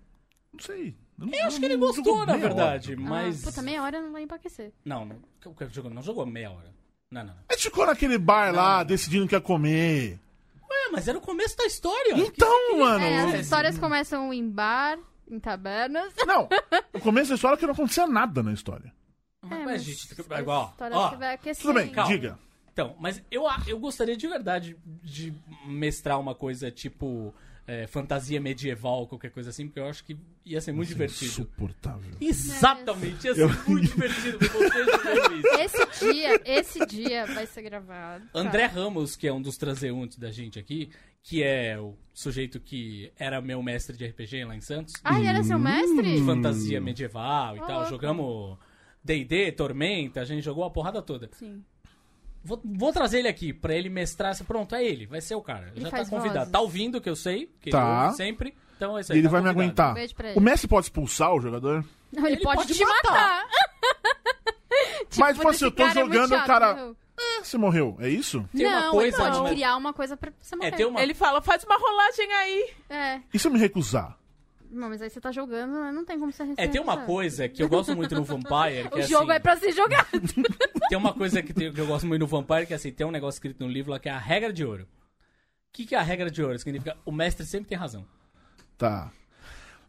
Speaker 3: não sei. Eu,
Speaker 2: Acho que ele gostou, na verdade,
Speaker 4: Ah,
Speaker 2: mas...
Speaker 4: puta, meia hora não vai empaquecer.
Speaker 2: Não, não, o que jogou, não jogou meia hora. Não, não. não.
Speaker 3: A gente ficou naquele bar lá, decidindo o que ia comer.
Speaker 2: É, mas era o começo da história.
Speaker 3: Então, mano.
Speaker 4: É, as histórias começam em bar, em tabernas.
Speaker 3: Não, o começo da história é que não acontecia nada na história.
Speaker 2: Mas,
Speaker 4: É, mas
Speaker 2: gente,
Speaker 4: as
Speaker 2: igual,
Speaker 4: histórias
Speaker 2: ó,
Speaker 4: que vai aquecendo.
Speaker 3: Tudo bem,
Speaker 2: Calma.
Speaker 3: diga.
Speaker 2: Então, mas eu, a- eu gostaria de verdade de mestrar uma coisa tipo é, fantasia medieval, qualquer coisa assim, porque eu acho que ia ser muito divertido.
Speaker 3: Insuportável.
Speaker 2: Exatamente, ia ser muito divertido pra vocês verem isso.
Speaker 4: Esse dia, esse dia vai ser gravado.
Speaker 2: André Ramos, que é um dos transeuntes da gente aqui, que é o sujeito que era meu mestre de RPG lá em Santos,
Speaker 4: Ah, ele era
Speaker 3: Hum.
Speaker 4: seu mestre?
Speaker 2: de
Speaker 3: Tipo,
Speaker 2: fantasia medieval e
Speaker 4: Ah,
Speaker 2: tal,
Speaker 4: louco.
Speaker 2: jogamos D&D, Tormenta, a gente jogou a porrada toda.
Speaker 4: Sim.
Speaker 2: Vou, vou trazer ele aqui pra ele mestrar. essa- Pronto, é ele, vai ser o cara.
Speaker 4: Ele
Speaker 2: Já tá
Speaker 4: faz
Speaker 2: convidado.
Speaker 4: vozes.
Speaker 2: Tá ouvindo, que eu sei, que
Speaker 3: Tá.
Speaker 2: ele ouve sempre. Então é isso
Speaker 3: E
Speaker 2: aí.
Speaker 3: ele
Speaker 2: tá
Speaker 3: vai me
Speaker 2: convidado.
Speaker 3: aguentar.
Speaker 4: Um Beijo pra ele.
Speaker 3: O Messi pode expulsar o jogador?
Speaker 4: Não, ele,
Speaker 2: Ele
Speaker 4: pode,
Speaker 2: pode
Speaker 4: te matar. Tipo,
Speaker 3: Mas, tipo assim, eu
Speaker 4: esse
Speaker 3: tô
Speaker 4: cara é muito
Speaker 3: jogando,
Speaker 4: chato,
Speaker 3: cara-
Speaker 4: entendeu?
Speaker 3: É, você morreu, é isso?
Speaker 2: Tem uma
Speaker 4: não,
Speaker 2: coisa,
Speaker 4: ele pode
Speaker 2: mas-
Speaker 4: criar uma coisa pra você morrer.
Speaker 2: É, tem uma...
Speaker 5: Ele fala, faz uma rolagem aí.
Speaker 4: É.
Speaker 3: E se eu me recusar?
Speaker 4: Não, mas aí você tá jogando, né? Não tem como você
Speaker 2: É, tem uma
Speaker 4: recusar.
Speaker 2: coisa que eu gosto muito no Vampire, que
Speaker 4: <laughs> O
Speaker 2: é
Speaker 4: jogo
Speaker 2: assim,
Speaker 4: é pra se jogar. <laughs>
Speaker 2: tem uma coisa que, tem- que eu gosto muito no Vampire, que é assim, tem um negócio escrito no livro lá que é a regra de ouro. O que, que é a regra de ouro? Significa o mestre sempre tem razão.
Speaker 3: Tá.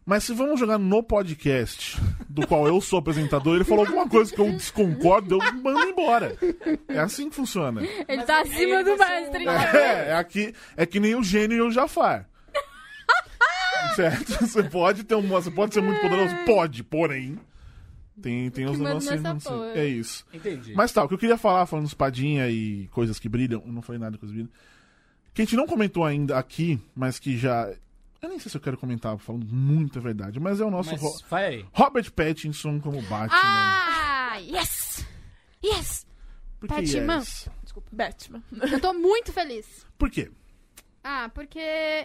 Speaker 3: Mas se vamos jogar no podcast, do qual eu sou apresentador, ele falou alguma coisa que eu desconcordo, eu mando embora. É assim que funciona.
Speaker 4: Ele tá
Speaker 2: aí
Speaker 4: acima
Speaker 2: ele
Speaker 4: do
Speaker 2: vai ser
Speaker 4: mestre.
Speaker 2: um-
Speaker 3: É, é, aqui, é que nem o gênio e o Jafar. Certo? Você pode ter um. Você pode ser muito poderoso? Pode, porém. Tem, tem os
Speaker 4: manda
Speaker 3: negócios.
Speaker 4: nessa
Speaker 3: não sei.
Speaker 4: porra.
Speaker 3: É isso.
Speaker 2: Entendi.
Speaker 3: Mas tá, o que eu queria falar, falando espadinha e coisas que brilham, eu não falei nada de coisas que brilham. Que a gente não comentou ainda aqui, mas que já Eu nem sei se eu quero comentar, falando muita verdade, mas é o nosso
Speaker 2: Mas
Speaker 3: Ro-
Speaker 2: vai aí.
Speaker 3: Robert Pattinson como Batman.
Speaker 4: <laughs> Ah, yes! Yes!
Speaker 3: Por que
Speaker 4: Batman.
Speaker 3: yes?
Speaker 5: Batman.
Speaker 4: Eu tô muito feliz.
Speaker 3: Por quê?
Speaker 4: Ah, porque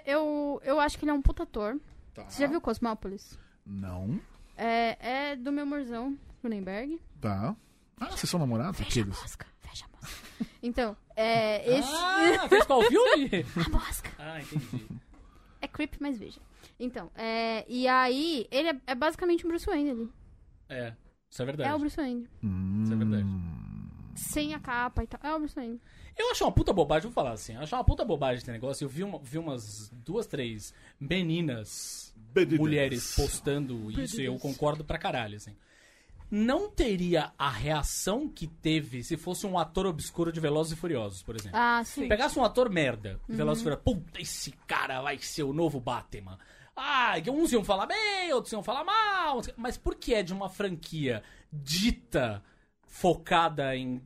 Speaker 4: eu, eu acho que ele é um puta ator.
Speaker 3: Tá.
Speaker 4: Você já viu Cosmópolis?
Speaker 3: Não.
Speaker 4: É, é do meu amorzão, Cronenberg.
Speaker 3: Tá. Ah, vocês são namorados?
Speaker 4: Fecha a
Speaker 3: Aqueles.
Speaker 4: mosca, fecha a mosca. Então, é esse...
Speaker 2: Ah, fez qual filme?
Speaker 4: <laughs> A mosca!
Speaker 2: ah, entendi.
Speaker 4: É creepy, mas veja. Então, é, e aí, ele é, é basicamente um Bruce Wayne ali.
Speaker 2: É, isso é
Speaker 4: É o
Speaker 2: verdade.
Speaker 4: Bruce Wayne.
Speaker 3: Hum,
Speaker 2: Isso é verdade.
Speaker 4: Sem a capa e tal. É o Bruce Wayne.
Speaker 2: Eu acho uma puta bobagem, vou falar assim. Eu acho uma puta bobagem esse negócio. Eu vi, uma- vi umas duas, três meninas,
Speaker 3: Meninas.
Speaker 2: mulheres, postando isso e eu concordo pra caralho, assim. Não teria a reação que teve se fosse um ator obscuro de Velozes e Furiosos, por exemplo.
Speaker 4: Ah, sim.
Speaker 2: Pegasse um ator merda, uhum. Velozes e Furiosos, puta, esse cara vai ser o novo Batman. Ah, que uns iam falar bem, outros iam falar mal. Mas por que é de uma franquia dita, focada em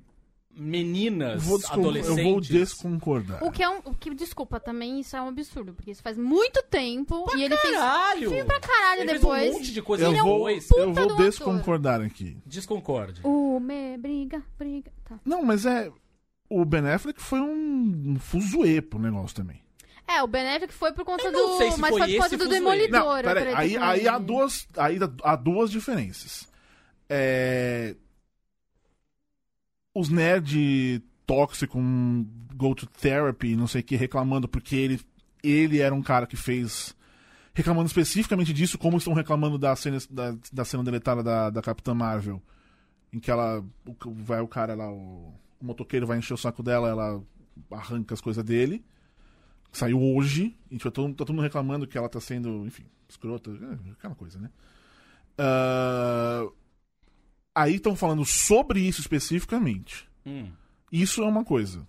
Speaker 2: meninas,
Speaker 3: Vou descon-
Speaker 2: adolescentes?
Speaker 3: Eu vou desconcordar.
Speaker 4: O que é um. O que, desculpa, também isso é um absurdo, porque isso faz muito tempo e ele fez
Speaker 2: Caralho!
Speaker 4: pra caralho
Speaker 2: Ele fez
Speaker 4: depois.
Speaker 2: um monte de coisa
Speaker 3: Eu vou,
Speaker 2: depois.
Speaker 4: puta
Speaker 3: eu
Speaker 4: do
Speaker 3: vou
Speaker 4: ator.
Speaker 3: desconcordar aqui.
Speaker 2: Desconcorde.
Speaker 4: O me briga, briga. Tá.
Speaker 3: Não, mas é. O Ben Affleck foi um, um fuzuê pro negócio também.
Speaker 4: É, o Benéfico foi por conta
Speaker 2: Eu não
Speaker 4: do.
Speaker 2: sei se
Speaker 4: mas
Speaker 2: foi
Speaker 4: foi por
Speaker 2: esse
Speaker 4: conta do
Speaker 2: fuzuê.
Speaker 4: Demolidor.
Speaker 3: Não,
Speaker 4: eu
Speaker 3: peraí, aí,
Speaker 4: acredito
Speaker 3: aí
Speaker 4: nele.
Speaker 3: há duas, aí há duas diferenças. É... Os nerd tóxico, um go to therapy, não sei o que, reclamando porque ele, ele era um cara que fez. Reclamando especificamente disso, como estão reclamando da cena, da, da cena deletada da, da Capitã Marvel. Em que ela. o- Vai o cara lá, o, o motoqueiro vai encher o saco dela, ela arranca as coisas dele saiu hoje, e tipo, todo, tá todo mundo reclamando que ela tá sendo, enfim, escrota, é, aquela coisa, né? Ah, aí estão falando sobre isso especificamente.
Speaker 2: Hum.
Speaker 3: Isso é uma coisa.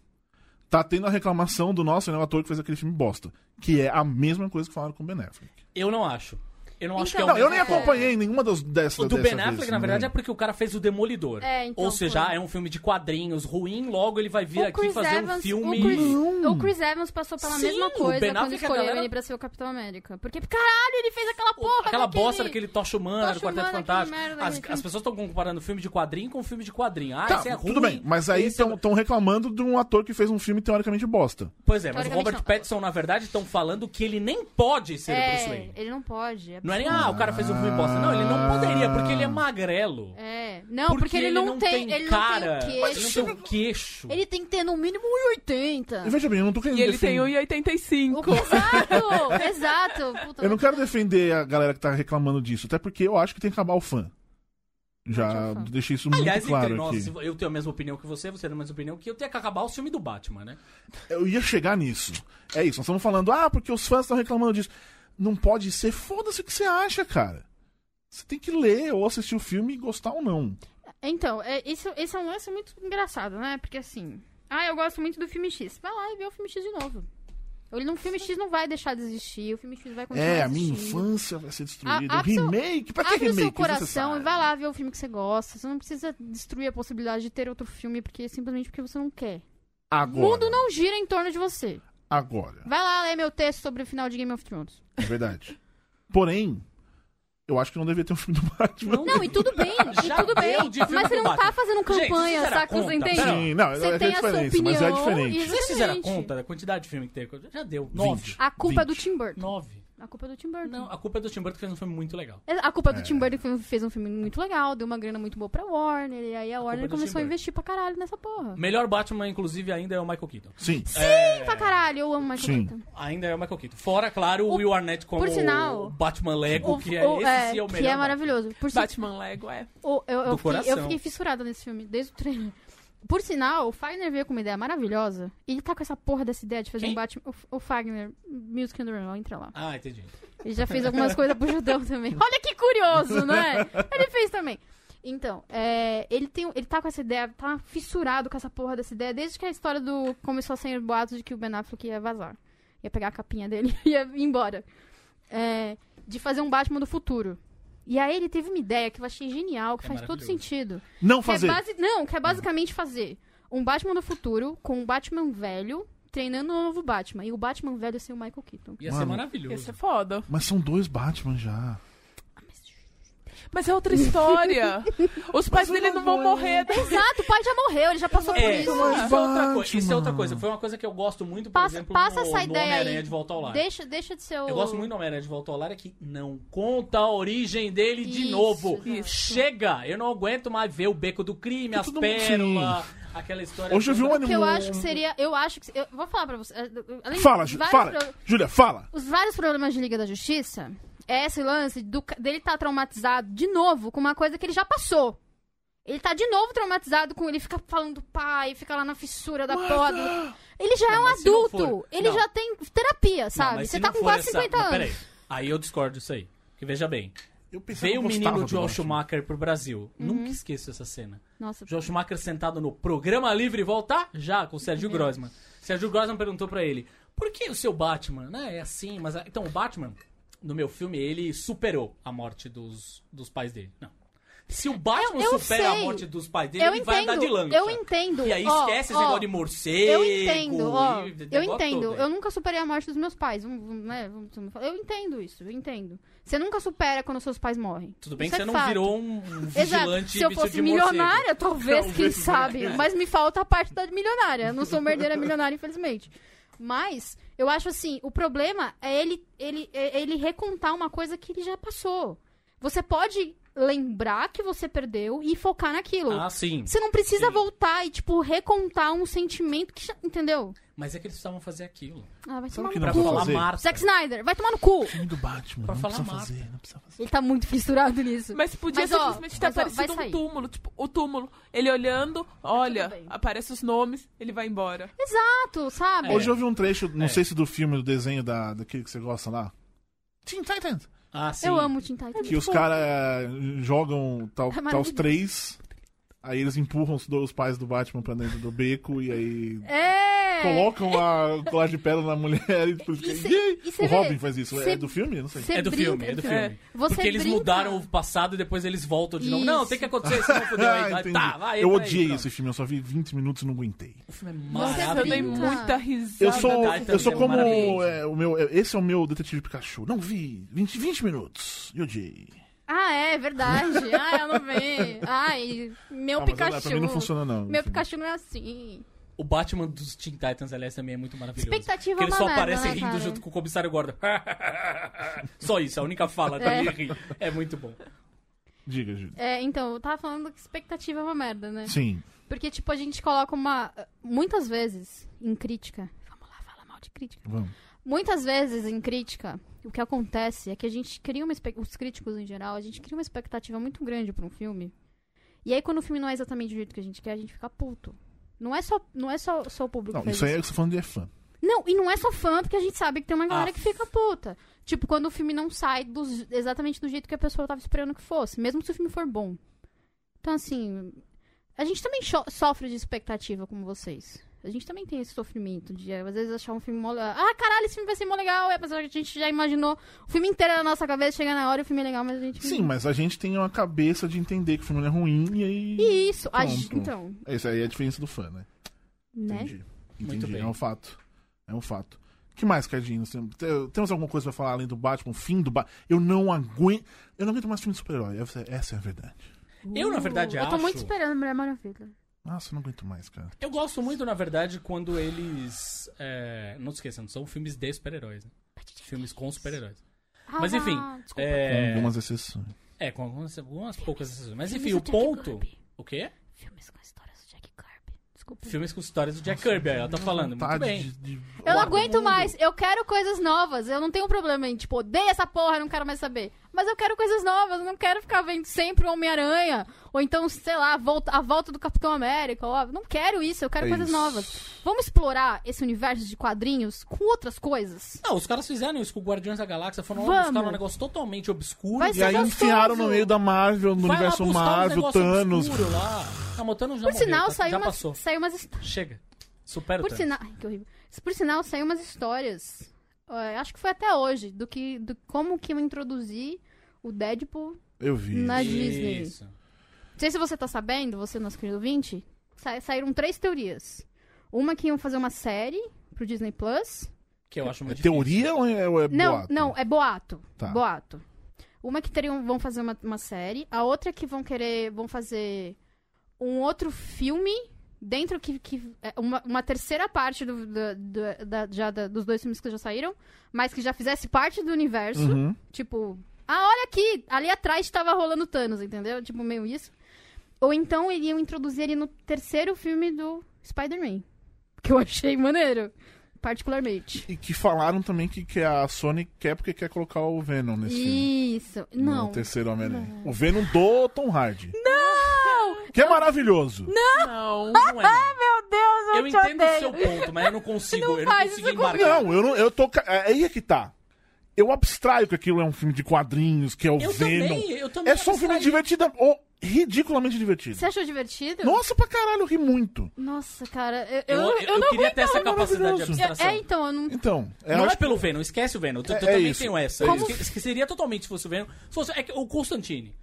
Speaker 3: Tá tendo a reclamação do nosso, né, o ator que fez aquele filme bosta. Que é a mesma coisa que falaram com o Ben Affleck.
Speaker 2: Eu não acho. Eu não acho que é
Speaker 4: Então,
Speaker 2: o
Speaker 3: Não,
Speaker 2: mesmo
Speaker 3: eu nem
Speaker 4: é.
Speaker 2: foco.
Speaker 3: acompanhei nenhuma das, dessa
Speaker 2: O do
Speaker 3: dessa
Speaker 2: Ben
Speaker 3: vez,
Speaker 2: Affleck, na
Speaker 3: né?
Speaker 2: verdade, é porque o cara fez o Demolidor.
Speaker 4: É, então
Speaker 2: Ou seja,
Speaker 4: foi.
Speaker 2: é um filme de quadrinhos ruim, logo ele vai vir
Speaker 4: O
Speaker 2: aqui
Speaker 4: Chris,
Speaker 2: fazer
Speaker 4: Evans,
Speaker 2: um filme.
Speaker 4: o, Chris, o Chris Evans passou pela
Speaker 2: Sim,
Speaker 4: mesma
Speaker 2: o
Speaker 4: coisa
Speaker 2: Ben
Speaker 4: quando
Speaker 2: Affleck, a
Speaker 4: escolheu
Speaker 2: galera-
Speaker 4: ele pra ser o Capitão América. Porque, caralho, ele fez aquela porra
Speaker 2: Aquela
Speaker 4: daquele...
Speaker 2: bosta daquele Tocha Humana, do
Speaker 4: Tocha
Speaker 2: Quarteto
Speaker 4: Humana,
Speaker 2: Fantástico.
Speaker 4: aquele merda,
Speaker 2: As,
Speaker 4: aquele
Speaker 2: as
Speaker 4: filme.
Speaker 2: pessoas estão comparando filme de quadrinho com filme de quadrinho. Ah,
Speaker 3: Tá,
Speaker 2: esse é ruim.
Speaker 3: tudo bem, mas aí então-
Speaker 2: esse é-
Speaker 3: estão reclamando de um ator que fez um filme teoricamente bosta.
Speaker 2: Pois é, mas o
Speaker 4: Teoricamente
Speaker 2: Robert
Speaker 4: não.
Speaker 2: Pattinson, na verdade, estão falando que ele nem pode ser o Bruce Wayne.
Speaker 4: É, ele não pode. é
Speaker 2: Não é nem, ah, o cara fez um filme bosta. Não, ele não poderia, porque ele é magrelo.
Speaker 4: É. Não, porque, ele, não, tem, ele
Speaker 2: cara,
Speaker 4: não tem
Speaker 2: ele
Speaker 4: o
Speaker 2: não
Speaker 4: queixo.
Speaker 2: tem o queixo.
Speaker 4: Ele tem que ter no mínimo
Speaker 2: Ah.
Speaker 4: 1,80.
Speaker 3: Veja bem, eu não tô querendo <laughs>
Speaker 5: E ele tem
Speaker 3: defender-
Speaker 5: 1,85.
Speaker 4: O- <laughs> Exato! exato! Puta,
Speaker 3: Eu não quero defender a galera que tá reclamando disso, até porque eu acho que tem que acabar o fã. Já
Speaker 4: Onde é o fã?
Speaker 3: deixei isso muito
Speaker 2: Aliás,
Speaker 3: claro
Speaker 2: entre nós,
Speaker 3: aqui.
Speaker 2: se vo- eu tenho a mesma opinião que você, você tem a mesma opinião que eu, tem que acabar o filme do Batman, né?
Speaker 3: Eu ia chegar nisso. É isso, nós estamos falando, ah, porque os fãs estão reclamando disso. Não pode ser, foda-se o que você acha, cara. Você tem que ler ou assistir o filme e gostar ou não.
Speaker 4: Então, é, isso- esse é um lance muito engraçado, né? Porque assim. Ah, eu gosto muito do filme X. Vai lá e vê o filme X de novo. Ele não- O filme X não vai deixar de existir, o filme X vai continuar
Speaker 3: É, a minha
Speaker 4: existindo.
Speaker 3: infância vai ser destruída.
Speaker 4: A-
Speaker 3: o
Speaker 4: abre seu-
Speaker 3: remake? Pra que
Speaker 4: Abre o
Speaker 3: remake?
Speaker 4: seu coração e
Speaker 3: Desnecessário.
Speaker 4: vai lá ver o filme que você gosta. Você não precisa destruir a possibilidade de ter outro filme porque é simplesmente porque você não quer. O
Speaker 3: Agora.
Speaker 4: mundo não gira em torno de você.
Speaker 3: Agora.
Speaker 4: Vai lá ler meu texto sobre o final de Game of Thrones.
Speaker 3: É verdade. Porém, eu acho que não deveria ter um filme do Batman.
Speaker 4: Não, e tudo bem, e
Speaker 2: Já
Speaker 4: tudo bem.
Speaker 2: deu de filme
Speaker 4: Mas você
Speaker 2: do
Speaker 4: não tá
Speaker 2: Batman.
Speaker 4: fazendo
Speaker 2: Gente,
Speaker 4: campanha,
Speaker 2: vocês eram
Speaker 4: saca? Você
Speaker 2: contra?
Speaker 4: entende?
Speaker 2: Não.
Speaker 3: Sim, não,
Speaker 4: Você
Speaker 3: é, que é
Speaker 4: tem a sua
Speaker 3: diferente, mas é
Speaker 4: opinião
Speaker 3: diferente.
Speaker 4: e-
Speaker 2: Vocês fizeram a
Speaker 4: Exatamente.
Speaker 2: conta da quantidade de filme que teve? Já deu. Nove.
Speaker 3: 20.
Speaker 4: A culpa é do
Speaker 3: 20.
Speaker 4: Tim Burton.
Speaker 2: Nove.
Speaker 4: A culpa é do Tim Burton.
Speaker 2: Não, a culpa é do Tim Burton que fez um filme muito legal.
Speaker 4: A culpa do
Speaker 3: É.
Speaker 4: Tim Burton que fez um filme muito legal, deu uma grana muito boa pra Warner, e aí
Speaker 2: culpa
Speaker 4: a,
Speaker 2: é
Speaker 4: Warner
Speaker 2: do Tim Burton.
Speaker 4: começou a
Speaker 2: É.
Speaker 4: investir pra caralho nessa porra.
Speaker 2: Melhor Batman, inclusive, ainda é o Michael Keaton.
Speaker 3: Sim.
Speaker 4: Sim, pra caralho, eu amo Michael
Speaker 3: Sim.
Speaker 4: Keaton.
Speaker 2: Ainda é o Michael Keaton. Fora, claro, o
Speaker 4: O-
Speaker 2: Will Arnett como
Speaker 4: por sinal,
Speaker 2: o Batman Lego, que é
Speaker 4: o-
Speaker 2: esse sim é o
Speaker 4: que
Speaker 2: melhor.
Speaker 4: é maravilhoso. Por si-
Speaker 5: Batman Lego, é.
Speaker 4: o- eu, eu
Speaker 2: Do
Speaker 4: fiquei, eu
Speaker 2: coração.
Speaker 4: fiquei fissurada nesse filme, desde o trailer. Por sinal, o Fagner veio com uma ideia maravilhosa, e ele tá com essa porra dessa ideia de fazer
Speaker 2: Quem?
Speaker 4: um Batman... O, o Fagner, Music and the Run, entra lá.
Speaker 2: Ah, entendi.
Speaker 4: Ele já fez algumas coisas pro Judão também. Olha que curioso, né? Ele fez também. Então, é, ele, tem, ele tá com essa ideia, tá fissurado com essa porra dessa ideia, desde que a história do. começou a sair boatos de que o Ben Affleck ia vazar. Ia pegar a capinha dele <laughs> e ia ir embora. É, de fazer um Batman do futuro. E aí ele teve uma ideia que eu achei genial, que
Speaker 2: É
Speaker 4: faz todo
Speaker 2: maravilhoso.
Speaker 4: sentido.
Speaker 3: Não
Speaker 4: Que é
Speaker 3: fazer.
Speaker 4: base- não, que é basicamente fazer um Batman do futuro com um Batman velho, treinando o novo Batman. E o Batman velho sem o Michael Keaton.
Speaker 2: Ia ser
Speaker 3: Mano,
Speaker 5: Ia
Speaker 4: é
Speaker 2: maravilhoso.
Speaker 5: ser é foda.
Speaker 3: Mas são dois Batman já.
Speaker 5: Mas é outra história. <laughs> Os pais
Speaker 3: eu
Speaker 5: dele
Speaker 3: não
Speaker 5: não vão
Speaker 4: é
Speaker 3: vou-
Speaker 5: morrer. né?
Speaker 4: Exato, o pai já morreu, ele já passou por
Speaker 2: É,
Speaker 4: isso.
Speaker 2: isso é, outra coisa, isso é outra
Speaker 3: Batman.
Speaker 2: coisa. Foi uma coisa que eu gosto muito, por
Speaker 4: Passa-
Speaker 2: exemplo,
Speaker 4: passa
Speaker 2: no,
Speaker 4: essa
Speaker 2: no
Speaker 4: ideia aí.
Speaker 2: Homem-Aranha de Volta ao Lar.
Speaker 4: Deixa, deixa de ser o.
Speaker 2: Eu gosto muito do Homem-Aranha de Volta ao Lar, é que não conta a origem dele de
Speaker 4: Isso,
Speaker 2: novo.
Speaker 4: exato.
Speaker 2: Chega! Eu não aguento mais ver o Beco do Crime, as
Speaker 3: todo mundo-
Speaker 2: pérolas, aquela história...
Speaker 3: Hoje eu vi um
Speaker 4: Que eu
Speaker 3: anime.
Speaker 4: acho que seria. Eu acho que. Eu vou falar pra você. eh, além de
Speaker 3: Fala, Ju-
Speaker 4: vários
Speaker 3: fala.
Speaker 4: pro-
Speaker 3: Júlia, fala.
Speaker 4: Os vários problemas de Liga da Justiça é esse lance do ca- dele tá traumatizado de novo com uma coisa que ele já passou. Ele tá de novo traumatizado com ele fica falando do pai, fica lá na fissura da porra. do- Ele já é um
Speaker 2: mas se não
Speaker 4: adulto.
Speaker 2: for-
Speaker 4: Ele
Speaker 2: não.
Speaker 4: já tem terapia,
Speaker 2: Não,
Speaker 4: sabe?
Speaker 2: mas
Speaker 4: Você
Speaker 2: se
Speaker 4: tá
Speaker 2: não
Speaker 4: com
Speaker 2: for
Speaker 4: quase
Speaker 2: essa-
Speaker 4: 50
Speaker 2: Não,
Speaker 4: anos.
Speaker 2: peraí. Aí eu discordo disso aí. Porque veja bem,
Speaker 3: Eu pensei
Speaker 2: veio o menino Joel Schumacher pro Brasil.
Speaker 4: Uhum.
Speaker 2: Nunca esqueço essa cena.
Speaker 4: Nossa,
Speaker 2: Joel Schumacher sentado no programa livre volta já com o
Speaker 4: É.
Speaker 2: Sérgio Grossman. Sérgio Grossman perguntou pra ele: "Por que o seu Batman, né? É assim, mas a- então o Batman no meu filme ele superou a morte dos, dos pais dele". Não. Se o Batman
Speaker 4: eu
Speaker 2: supera
Speaker 4: sei.
Speaker 2: a morte dos pais dele,
Speaker 4: eu
Speaker 2: ele vai andar de
Speaker 4: entendo.
Speaker 2: lancha.
Speaker 4: Eu entendo.
Speaker 2: E aí
Speaker 4: Ó,
Speaker 2: esquece esse
Speaker 4: ó,
Speaker 2: negócio de morcego.
Speaker 4: Eu entendo, ó.
Speaker 2: e
Speaker 4: Eu
Speaker 2: negócio
Speaker 4: entendo.
Speaker 2: todo é. aí.
Speaker 4: Eu nunca superei a morte dos meus pais. Vamos- vamos, né, vamos- vamos falar. Eu entendo isso, eu entendo. Você nunca supera quando seus pais morrem.
Speaker 2: Tudo bem que
Speaker 4: Isso
Speaker 2: você
Speaker 4: é
Speaker 2: não
Speaker 4: fato.
Speaker 2: virou um um
Speaker 4: Exato.
Speaker 2: vigilante
Speaker 4: Se eu
Speaker 2: bicho
Speaker 4: fosse
Speaker 2: de morcego.
Speaker 4: milionária, talvez, quem
Speaker 3: Talvez, né?
Speaker 4: sabe.
Speaker 2: <laughs>
Speaker 4: Mas me falta a parte da milionária. Eu não sou merdeira milionária, infelizmente. Mas eu acho assim, o problema é ele, ele, é ele recontar uma coisa que ele já passou. Você pode lembrar que você perdeu e focar naquilo.
Speaker 2: Ah, sim.
Speaker 4: Você não precisa
Speaker 2: Sim.
Speaker 4: voltar e, tipo, recontar um sentimento que já... Entendeu?
Speaker 2: Mas é que eles precisavam fazer aquilo.
Speaker 4: Ah, vai
Speaker 3: Sabe
Speaker 4: tomar
Speaker 3: que
Speaker 4: no
Speaker 3: dá
Speaker 2: Pra
Speaker 4: cu.
Speaker 2: falar
Speaker 3: fazer?
Speaker 2: Marta.
Speaker 4: Zack Snyder, vai tomar no cu.
Speaker 3: Filme do Batman.
Speaker 2: Pra
Speaker 3: não
Speaker 2: falar
Speaker 3: precisa
Speaker 2: Marta.
Speaker 3: fazer, não precisa fazer.
Speaker 4: Ele tá muito fissurado nisso.
Speaker 5: Mas podia
Speaker 4: Mas, ó,
Speaker 5: simplesmente ter
Speaker 4: mas, ó, vai
Speaker 5: aparecido
Speaker 4: sair.
Speaker 5: um túmulo. Tipo, o túmulo. Ele olhando, olha,
Speaker 4: bem.
Speaker 5: aparece os nomes, ele vai embora.
Speaker 4: Exato, sabe?
Speaker 2: É.
Speaker 3: Hoje eu vi um trecho, não
Speaker 2: É.
Speaker 3: sei se do filme, do desenho da, daquele que você gosta lá. Teen Titans.
Speaker 2: Ah, sim.
Speaker 4: Eu amo Teen Titans.
Speaker 3: Que os caras jogam tal,
Speaker 4: É
Speaker 3: tal os
Speaker 4: maravilhoso.
Speaker 3: três, aí eles empurram os dois pais do Batman pra dentro do beco e aí
Speaker 4: É!
Speaker 3: colocam a colagem de pedra na mulher e depois
Speaker 4: E cê-
Speaker 3: fica, "Yay!"
Speaker 4: e cê
Speaker 3: O
Speaker 4: vê-
Speaker 3: Robin faz isso.
Speaker 4: cê-
Speaker 3: É do filme? Não sei.
Speaker 4: Você
Speaker 2: É do
Speaker 4: brinca-
Speaker 2: filme, é do filme.
Speaker 5: É.
Speaker 4: Você
Speaker 2: Porque eles
Speaker 4: brinca-
Speaker 2: mudaram o passado e depois eles voltam de novo.
Speaker 4: Isso.
Speaker 2: Não, tem que acontecer,
Speaker 3: <laughs>
Speaker 2: senão fodeu aí.
Speaker 3: Ah,
Speaker 2: Vai,
Speaker 3: entendi.
Speaker 2: tá, vai,
Speaker 3: eu
Speaker 2: vai,
Speaker 3: odiei
Speaker 2: pronto.
Speaker 3: esse filme, eu só vi 20 minutos e não aguentei.
Speaker 2: O filme é
Speaker 4: Você
Speaker 5: Eu dei
Speaker 4: brinca.
Speaker 2: maravilhoso.
Speaker 5: muita risada.
Speaker 3: Eu sou,
Speaker 2: verdade,
Speaker 3: eu sou
Speaker 2: também, um
Speaker 3: como.
Speaker 2: maravilhoso.
Speaker 3: é, o meu, é, esse é o meu detetive Pikachu. Não vi. 20, 20 minutos. E odiei.
Speaker 4: Ah, é
Speaker 2: <laughs>
Speaker 4: verdade. Ah, eu não vi. Ai, meu
Speaker 3: Ah, mas,
Speaker 4: Pikachu.
Speaker 3: ah, Pra mim não funciona, não.
Speaker 4: Meu
Speaker 3: enfim.
Speaker 4: Pikachu não é assim.
Speaker 2: O Batman dos Teen Titans, aliás, também é muito maravilhoso.
Speaker 4: Expectativa
Speaker 2: Porque ele
Speaker 4: é
Speaker 2: só
Speaker 4: uma merda,
Speaker 2: aparece
Speaker 4: né,
Speaker 2: rindo
Speaker 4: cara?
Speaker 2: junto com o comissário Gordon. <laughs> só isso, a única fala
Speaker 4: É.
Speaker 2: dele rir. É muito bom.
Speaker 3: Diga, Júlio.
Speaker 4: É, então, eu tava falando que expectativa é uma merda, né?
Speaker 3: Sim.
Speaker 4: Porque, tipo, a gente coloca uma. Muitas vezes, em crítica. Vamos lá, fala mal de crítica.
Speaker 3: Vamos.
Speaker 4: Muitas vezes, em crítica, o que acontece é que a gente cria uma expectativa. Os críticos em geral, a gente cria uma expectativa muito grande pra um filme. E aí, quando o filme não é exatamente do jeito que a gente quer, a gente fica puto. Não é só, não é só, só o público.
Speaker 3: Não,
Speaker 4: que faz
Speaker 3: isso aí é que você tá falando de é fã.
Speaker 4: Não, e não é só fã, porque a gente sabe que tem uma galera
Speaker 2: Ah.
Speaker 4: que fica puta. Tipo, quando o filme não sai dos- exatamente do jeito que a pessoa tava esperando que fosse, mesmo se o filme for bom. Então, assim, a gente também cho- sofre de expectativa, como vocês. A gente também tem esse sofrimento de, às vezes, achar um filme mó legal. Ah, caralho, esse filme vai ser mó legal. É, mas a gente já imaginou o filme inteiro na nossa cabeça, chega na hora e o filme é legal, mas a gente...
Speaker 3: Sim, mas a gente tem uma cabeça de entender que o filme é ruim e aí.
Speaker 4: E isso, a gente-
Speaker 3: Pronto.
Speaker 4: então,
Speaker 3: É Isso aí é a diferença do fã, né?
Speaker 4: né?
Speaker 3: Entendi.
Speaker 2: Muito
Speaker 3: Entendi.
Speaker 2: bem.
Speaker 3: É um fato. É um fato. que mais, Cadinho? Você- te- Temos alguma coisa pra falar além do Batman? O fim do Batman? Eu não aguento. Eu não aguento mais filme de super-herói. Essa, essa é a verdade.
Speaker 2: Eu, na verdade,
Speaker 4: Eu tô
Speaker 2: acho-
Speaker 4: muito esperando Mulher Maravilha.
Speaker 3: Nossa, eu não aguento mais, cara.
Speaker 2: Eu gosto muito, na verdade, quando eles. é, Não se esqueçam, são filmes de super-heróis. Né? Filmes com super-heróis.
Speaker 4: Ah,
Speaker 2: Mas, enfim,
Speaker 4: desculpa.
Speaker 3: Tem um
Speaker 2: É,
Speaker 3: algumas exceções.
Speaker 2: é, com algumas, algumas poucas exceções. Mas,
Speaker 4: Filmes
Speaker 2: enfim,
Speaker 4: do
Speaker 2: o
Speaker 4: Jack
Speaker 2: ponto.
Speaker 4: Kirby.
Speaker 2: O quê?
Speaker 4: Filmes com histórias do Jack Kirby. Desculpa.
Speaker 2: Filmes com histórias do Jack Kirby, aí ela tá falando. Muito
Speaker 3: Vontade
Speaker 2: bem.
Speaker 3: de- de-
Speaker 4: Eu não
Speaker 3: Uau.
Speaker 4: aguento mais, eu quero coisas novas. Eu não tenho problema em, tipo, odeio essa porra, não quero mais saber. Mas eu quero coisas novas, eu não quero ficar vendo sempre o Homem-Aranha. Ou então, sei lá, a volta, a volta do Capitão América. Ó. Não quero isso, eu quero
Speaker 3: É
Speaker 4: coisas
Speaker 3: isso.
Speaker 4: novas. Vamos explorar esse universo de quadrinhos com outras coisas?
Speaker 2: Não, os caras fizeram isso com o Guardiões da Galáxia, foram lá
Speaker 4: Vamos.
Speaker 2: buscar um negócio totalmente obscuro.
Speaker 4: Vai
Speaker 3: E
Speaker 4: ser
Speaker 3: aí
Speaker 4: gostoso.
Speaker 3: enfiaram no meio da Marvel, no
Speaker 2: Vai lá
Speaker 3: universo
Speaker 2: buscar um
Speaker 3: Marvel,
Speaker 2: negócio
Speaker 3: Thanos.
Speaker 2: obscuro lá. Não, mas o Thanos já
Speaker 4: Por
Speaker 2: morreu,
Speaker 4: sinal,
Speaker 2: tá? já
Speaker 4: saiu umas,
Speaker 2: passou.
Speaker 4: saiu umas histó-
Speaker 2: Chega. Supera
Speaker 4: Por
Speaker 2: o Thanos.
Speaker 4: sinal, ai, que horrível. Por sinal, saiu umas histórias. é, acho que foi até hoje do que do como que eu introduzi o Deadpool
Speaker 3: Eu vi.
Speaker 4: Na
Speaker 3: isso.
Speaker 4: é Disney.
Speaker 2: Isso.
Speaker 4: Não sei se você tá sabendo, você, nosso querido ouvinte, sa- saíram três teorias. Uma que iam fazer uma série, pro Disney Plus.
Speaker 2: Que eu acho
Speaker 3: É
Speaker 2: muito
Speaker 3: teoria ou é, ou é
Speaker 4: não,
Speaker 3: boato?
Speaker 4: não, é boato.
Speaker 3: Tá.
Speaker 4: Boato. Uma é que teriam, vão fazer uma, uma série, a outra é que vão querer, vão fazer um outro filme dentro que, que é uma, uma terceira parte do, do- do- da- já da- dos dois filmes que já saíram, mas que já fizesse parte do universo.
Speaker 3: Uhum.
Speaker 4: Tipo, ah, olha aqui, ali atrás tava rolando Thanos, entendeu? Tipo, meio isso. Ou então iriam introduzir ele no terceiro filme do Spider-Man. Que eu achei maneiro, particularmente.
Speaker 3: E que falaram também que, que a Sony quer porque quer colocar o Venom nesse filme.
Speaker 4: Isso.
Speaker 3: No
Speaker 4: Não.
Speaker 3: terceiro Homem-Aranha. O Venom do Tom Hardy. Não! Que é maravilhoso.
Speaker 4: <laughs>
Speaker 5: Não.
Speaker 2: Não é, não.
Speaker 6: Meu Deus, eu,
Speaker 2: Eu
Speaker 6: te
Speaker 2: entendo o
Speaker 6: odeio.
Speaker 2: seu ponto, mas eu não consigo. eu não
Speaker 4: faz
Speaker 2: consigo
Speaker 4: isso comigo.
Speaker 2: embarcar.
Speaker 3: Não, eu não, eu tô. ca- Aí é que tá. Eu abstraio que aquilo é um filme de quadrinhos, que é o
Speaker 2: Eu
Speaker 3: Venom.
Speaker 2: também, eu também.
Speaker 3: é só um filme
Speaker 2: abstraí.
Speaker 3: divertido, ou ridiculamente divertido.
Speaker 4: Você achou divertido?
Speaker 3: Nossa, pra caralho, eu ri muito.
Speaker 4: Nossa, cara, eu,
Speaker 2: Eu,
Speaker 4: eu,
Speaker 2: eu,
Speaker 4: eu não
Speaker 2: queria ter essa capacidade de
Speaker 3: maravilhoso.
Speaker 2: abstração.
Speaker 4: É, então, eu não.
Speaker 3: Então, é,
Speaker 2: não
Speaker 3: acho
Speaker 2: é pelo Venom, esquece o Venom. Eu,
Speaker 3: É-
Speaker 2: eu
Speaker 3: é
Speaker 2: também
Speaker 3: isso,
Speaker 2: tenho essa.
Speaker 3: é
Speaker 2: Eu
Speaker 3: isso.
Speaker 2: esque- esqueceria totalmente se fosse o Venom. Se fosse, é que o Constantine,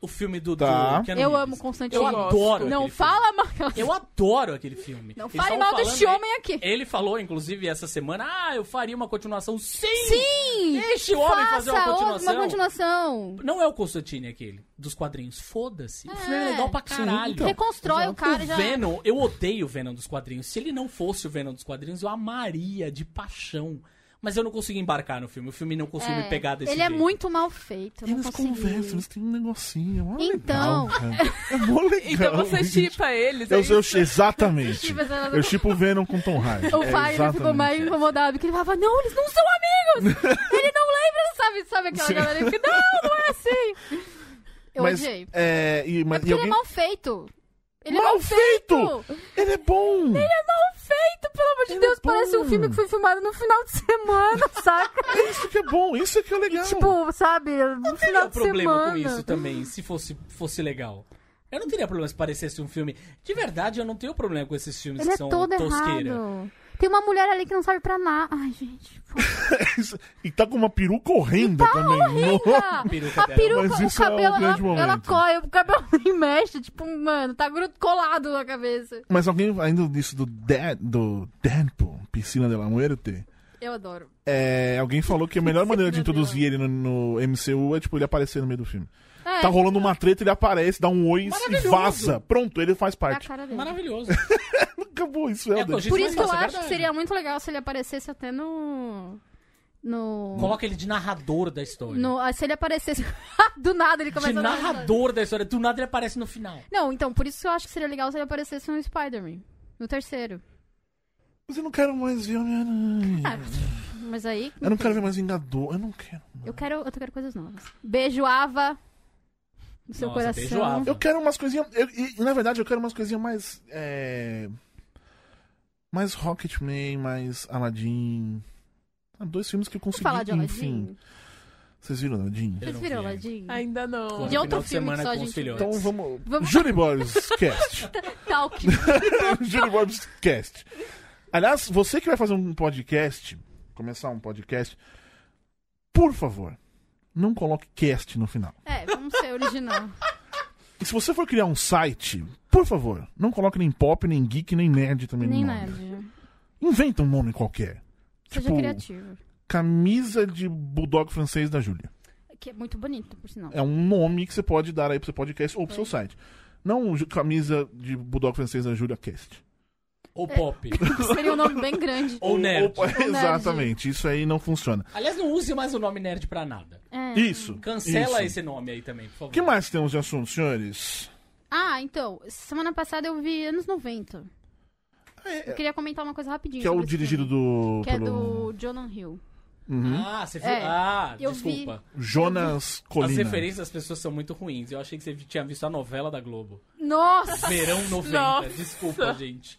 Speaker 2: o filme do,
Speaker 3: Tá.
Speaker 2: do Keanu
Speaker 4: Eu
Speaker 2: Reeves.
Speaker 4: amo Constantine.
Speaker 2: Eu adoro
Speaker 4: Não
Speaker 2: aquele filme.
Speaker 4: fala mal.
Speaker 2: Eu adoro aquele filme.
Speaker 4: Não
Speaker 2: Eles
Speaker 4: fale
Speaker 2: estavam
Speaker 4: mal deste
Speaker 2: falando- né?
Speaker 4: homem aqui.
Speaker 2: Ele falou, inclusive, essa semana, ah, eu faria uma continuação. Sim!
Speaker 4: Sim!
Speaker 2: Deixa o homem fazer uma
Speaker 4: Faça outra-
Speaker 2: continuação.
Speaker 4: Uma continuação.
Speaker 2: Não é o Constantine aquele, dos quadrinhos. Foda-se. O filme é
Speaker 4: É.
Speaker 2: legal pra
Speaker 3: Sim,
Speaker 2: caralho.
Speaker 3: então.
Speaker 4: Reconstrói o cara
Speaker 2: o
Speaker 4: já.
Speaker 2: Venom, eu odeio o Venom dos quadrinhos. Se ele não fosse o Venom dos quadrinhos, eu amaria de paixão. Mas eu não consigo embarcar no filme. O filme não conseguiu me
Speaker 4: É,
Speaker 2: pegar desse
Speaker 4: Ele é
Speaker 2: jeito.
Speaker 4: muito mal feito. eu
Speaker 3: tem
Speaker 4: Não
Speaker 3: umas
Speaker 4: consegui.
Speaker 3: conversas, eles têm um negocinho. ó,
Speaker 4: Então.
Speaker 3: legal, cara. é
Speaker 4: <laughs>
Speaker 3: mó legal. <laughs>
Speaker 5: <laughs> Então você
Speaker 3: gente.
Speaker 5: chipa eles. é
Speaker 3: Eu, eu,
Speaker 5: isso?
Speaker 3: exatamente.
Speaker 4: Chipa, você não-
Speaker 3: Eu chipo o Venom com Tom Hardy.
Speaker 4: <laughs> O
Speaker 3: É,
Speaker 4: pai ele ficou
Speaker 3: exatamente.
Speaker 4: mais incomodado, porque ele falava, não, eles não são amigos!
Speaker 3: <laughs>
Speaker 4: ele não lembra, sabe? Sabe aquela galera que fica, não, não é assim! Eu
Speaker 3: Mas,
Speaker 4: odiei.
Speaker 3: É, e, mas,
Speaker 4: Porque
Speaker 3: e
Speaker 4: ele é
Speaker 3: alguém...
Speaker 4: mal feito. Ele é
Speaker 3: Mal
Speaker 4: mal feito!
Speaker 3: feito! Ele é bom!
Speaker 4: É mal feito, pelo amor de
Speaker 3: Ele é
Speaker 4: Deus! Parece um
Speaker 3: bom.
Speaker 4: filme que foi filmado no final de semana, <laughs> saca?
Speaker 3: Isso que é bom, isso que é legal.
Speaker 4: tipo, sabe? No
Speaker 2: Qual é
Speaker 4: final
Speaker 2: o
Speaker 4: de
Speaker 2: problema
Speaker 4: semana.
Speaker 2: com isso também, se fosse, fosse legal? Eu não teria problema se parecesse um filme. De verdade, eu não tenho problema com esses filmes
Speaker 4: Ele
Speaker 2: que
Speaker 4: é
Speaker 2: são
Speaker 4: todo
Speaker 2: tosqueira.
Speaker 4: errado. Tem uma mulher ali que não serve pra nada. Ai,
Speaker 3: <laughs>
Speaker 4: gente. pô.
Speaker 3: Isso- E tá com uma peruca horrenda também.
Speaker 4: Tá.
Speaker 3: No-
Speaker 2: Peruca
Speaker 4: A
Speaker 2: dela.
Speaker 3: Mas
Speaker 4: peruca, o
Speaker 3: isso é um
Speaker 4: cabelo,
Speaker 3: grande
Speaker 4: ela, ela
Speaker 3: momento.
Speaker 4: corre, o cabelo <laughs> nem mexe, tipo, mano, tá grudo colado na cabeça.
Speaker 3: Mas alguém ainda disso do, Dan, do Deadpool, Piscina de la Muerte,
Speaker 4: Eu adoro.
Speaker 3: é, alguém falou que a melhor maneira de
Speaker 4: Meu Deus.
Speaker 3: introduzir ele no, no MCU é tipo ele aparecer no meio do filme.
Speaker 4: É,
Speaker 3: Tá rolando uma treta, ele aparece, dá um oi e
Speaker 2: Maravilhoso.
Speaker 3: vaza. Pronto, ele faz
Speaker 4: é a
Speaker 3: parte.
Speaker 4: cara dele.
Speaker 2: Maravilhoso.
Speaker 3: Acabou isso, é,
Speaker 2: É
Speaker 3: o Deadpool.
Speaker 2: cogito-
Speaker 4: Por isso que eu
Speaker 2: Nossa, é
Speaker 4: acho que
Speaker 2: verdade.
Speaker 4: seria muito legal se ele aparecesse até no. No.
Speaker 2: Coloca ele de narrador da história.
Speaker 4: no ah, se ele aparecesse. <laughs> do nada ele
Speaker 2: de
Speaker 4: começa a dar-
Speaker 2: narrador da história. Do nada ele aparece no final.
Speaker 4: Não, então, por isso que eu acho que seria legal se ele aparecesse no Spider-Man. No terceiro.
Speaker 3: Mas eu não quero mais ver Homem-Aranha.
Speaker 4: Mas aí.
Speaker 3: Eu não quero ver mais Vingador. Eu não quero. mais.
Speaker 4: Eu quero, eu quero coisas novas. Beijo, Ava. No seu
Speaker 2: Nossa,
Speaker 4: coração.
Speaker 2: beijo, Ava.
Speaker 3: Eu quero umas coisinhas. eu- e, na verdade, eu quero umas coisinhas mais. É, mais Rocketman, mais Aladdin. Ah, dois filmes que eu
Speaker 4: Vamos
Speaker 3: consegui.
Speaker 4: falar de
Speaker 3: enfim.
Speaker 4: Aladdin?
Speaker 3: Vocês viram Aladdin?
Speaker 2: Eu
Speaker 4: Vocês
Speaker 2: não
Speaker 4: viram
Speaker 2: vi ainda.
Speaker 4: Aladdin?
Speaker 5: Ainda não.
Speaker 4: De
Speaker 2: No final
Speaker 4: outro
Speaker 2: de
Speaker 4: filme
Speaker 2: semana
Speaker 4: que só a
Speaker 2: com os
Speaker 4: gente-
Speaker 2: filhotes.
Speaker 3: Então vamos.
Speaker 4: Vamos-
Speaker 3: Julie Boys Cast. <laughs>
Speaker 4: Talk.
Speaker 3: Julie Boys Cast. Aliás, você que vai fazer um podcast, começar um podcast, por favor, não coloque cast no final.
Speaker 4: É, vamos ser
Speaker 3: <laughs>
Speaker 4: original.
Speaker 3: E se você for criar um site, por favor, não coloque nem pop, nem geek, nem nerd também
Speaker 4: Nem
Speaker 3: no nome.
Speaker 4: nerd.
Speaker 3: Inventa um nome qualquer.
Speaker 4: Seja
Speaker 3: Tipo-
Speaker 4: criativo.
Speaker 3: Camisa de bulldog francês da Júlia.
Speaker 4: Que é muito bonito, por sinal.
Speaker 3: É um nome que você pode dar aí pro seu podcast ou pro seu site. Não um ju- camisa de bulldog francês da Júlia Cast.
Speaker 2: Ou
Speaker 4: É. <laughs>
Speaker 2: pop.
Speaker 4: Seria um nome bem
Speaker 3: <laughs>
Speaker 4: grande.
Speaker 2: Ou nerd.
Speaker 3: Exatamente, isso aí não funciona.
Speaker 2: Aliás, não use mais o nome nerd pra nada.
Speaker 4: É.
Speaker 3: Isso.
Speaker 2: Cancela
Speaker 3: isso.
Speaker 2: esse nome aí também, por favor.
Speaker 3: O que mais temos de assunto, senhores?
Speaker 4: Ah, então, semana passada eu vi anos 90. Eu queria comentar uma coisa rapidinho.
Speaker 3: Ah, é. Que é o
Speaker 4: sobre esse
Speaker 3: dirigido
Speaker 4: filme.
Speaker 3: do.
Speaker 4: Que é do Jonah Hill.
Speaker 3: Uhum.
Speaker 2: Ah, você viu?
Speaker 4: É,
Speaker 2: ah,
Speaker 4: eu
Speaker 2: desculpa.
Speaker 3: Jonas Colina.
Speaker 2: As referências das pessoas são muito ruins. Eu achei que você tinha visto a novela da
Speaker 4: <laughs>
Speaker 2: Globo.
Speaker 4: Nossa!
Speaker 2: Verão 90.
Speaker 5: Nossa.
Speaker 2: Desculpa, gente.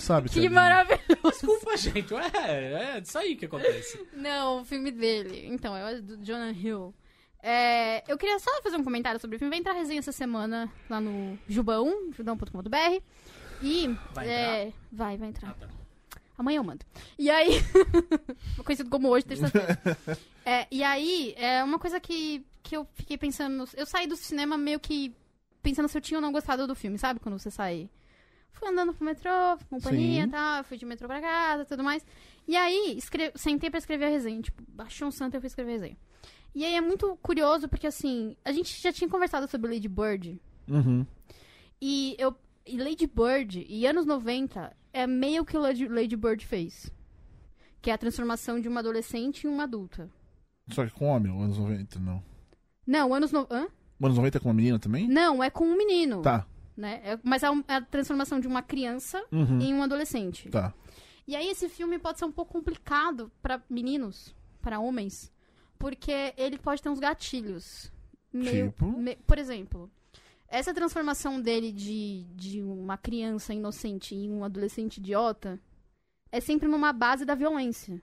Speaker 3: Sabe, é
Speaker 4: Que
Speaker 3: Thiaguinho?
Speaker 4: maravilhoso!
Speaker 2: Desculpa, gente. É, é isso aí que acontece.
Speaker 4: <laughs> Não, o filme dele. Então, é o do Jonah Hill. É, eu queria só fazer um comentário sobre o filme. Vai entrar a resenha essa semana lá no Jubão, judão.com.br. E.
Speaker 2: Vai
Speaker 4: é, vai, vai entrar.
Speaker 2: Ah, tá.
Speaker 4: Amanhã eu mando. E aí. <laughs> conhecido como hoje, terça-feira. É, e aí, é uma coisa que, que eu fiquei pensando. Eu saí do cinema meio que pensando se eu tinha ou não gostado do filme, sabe? Quando você sai. Fui andando pro metrô, fui com companhia
Speaker 3: Sim.
Speaker 4: e tal, fui de metrô pra casa e tudo mais. E aí, escre- sentei pra escrever a resenha. Tipo, baixei um santo e eu fui escrever a resenha. E aí é muito curioso, porque assim, a gente já tinha conversado sobre Lady Bird.
Speaker 3: Uhum.
Speaker 4: E eu. E Lady Bird, e anos 90, é meio que o Lady, Lady Bird fez. Que é a transformação de uma adolescente em uma adulta.
Speaker 3: Só que com homem, ou anos 90, não.
Speaker 4: Não, anos. No... hã?
Speaker 3: Anos 90 é com uma menina também?
Speaker 4: Não, é com um menino.
Speaker 3: Tá.
Speaker 4: Né? É- mas é, um- é a transformação de uma criança
Speaker 3: Uhum.
Speaker 4: em um adolescente.
Speaker 3: Tá.
Speaker 4: E aí esse filme pode ser um pouco complicado pra meninos, pra homens, porque ele pode ter uns gatilhos.
Speaker 3: Tipo?
Speaker 4: me- por exemplo, essa transformação dele de, de uma criança inocente em um adolescente idiota é sempre numa base da violência.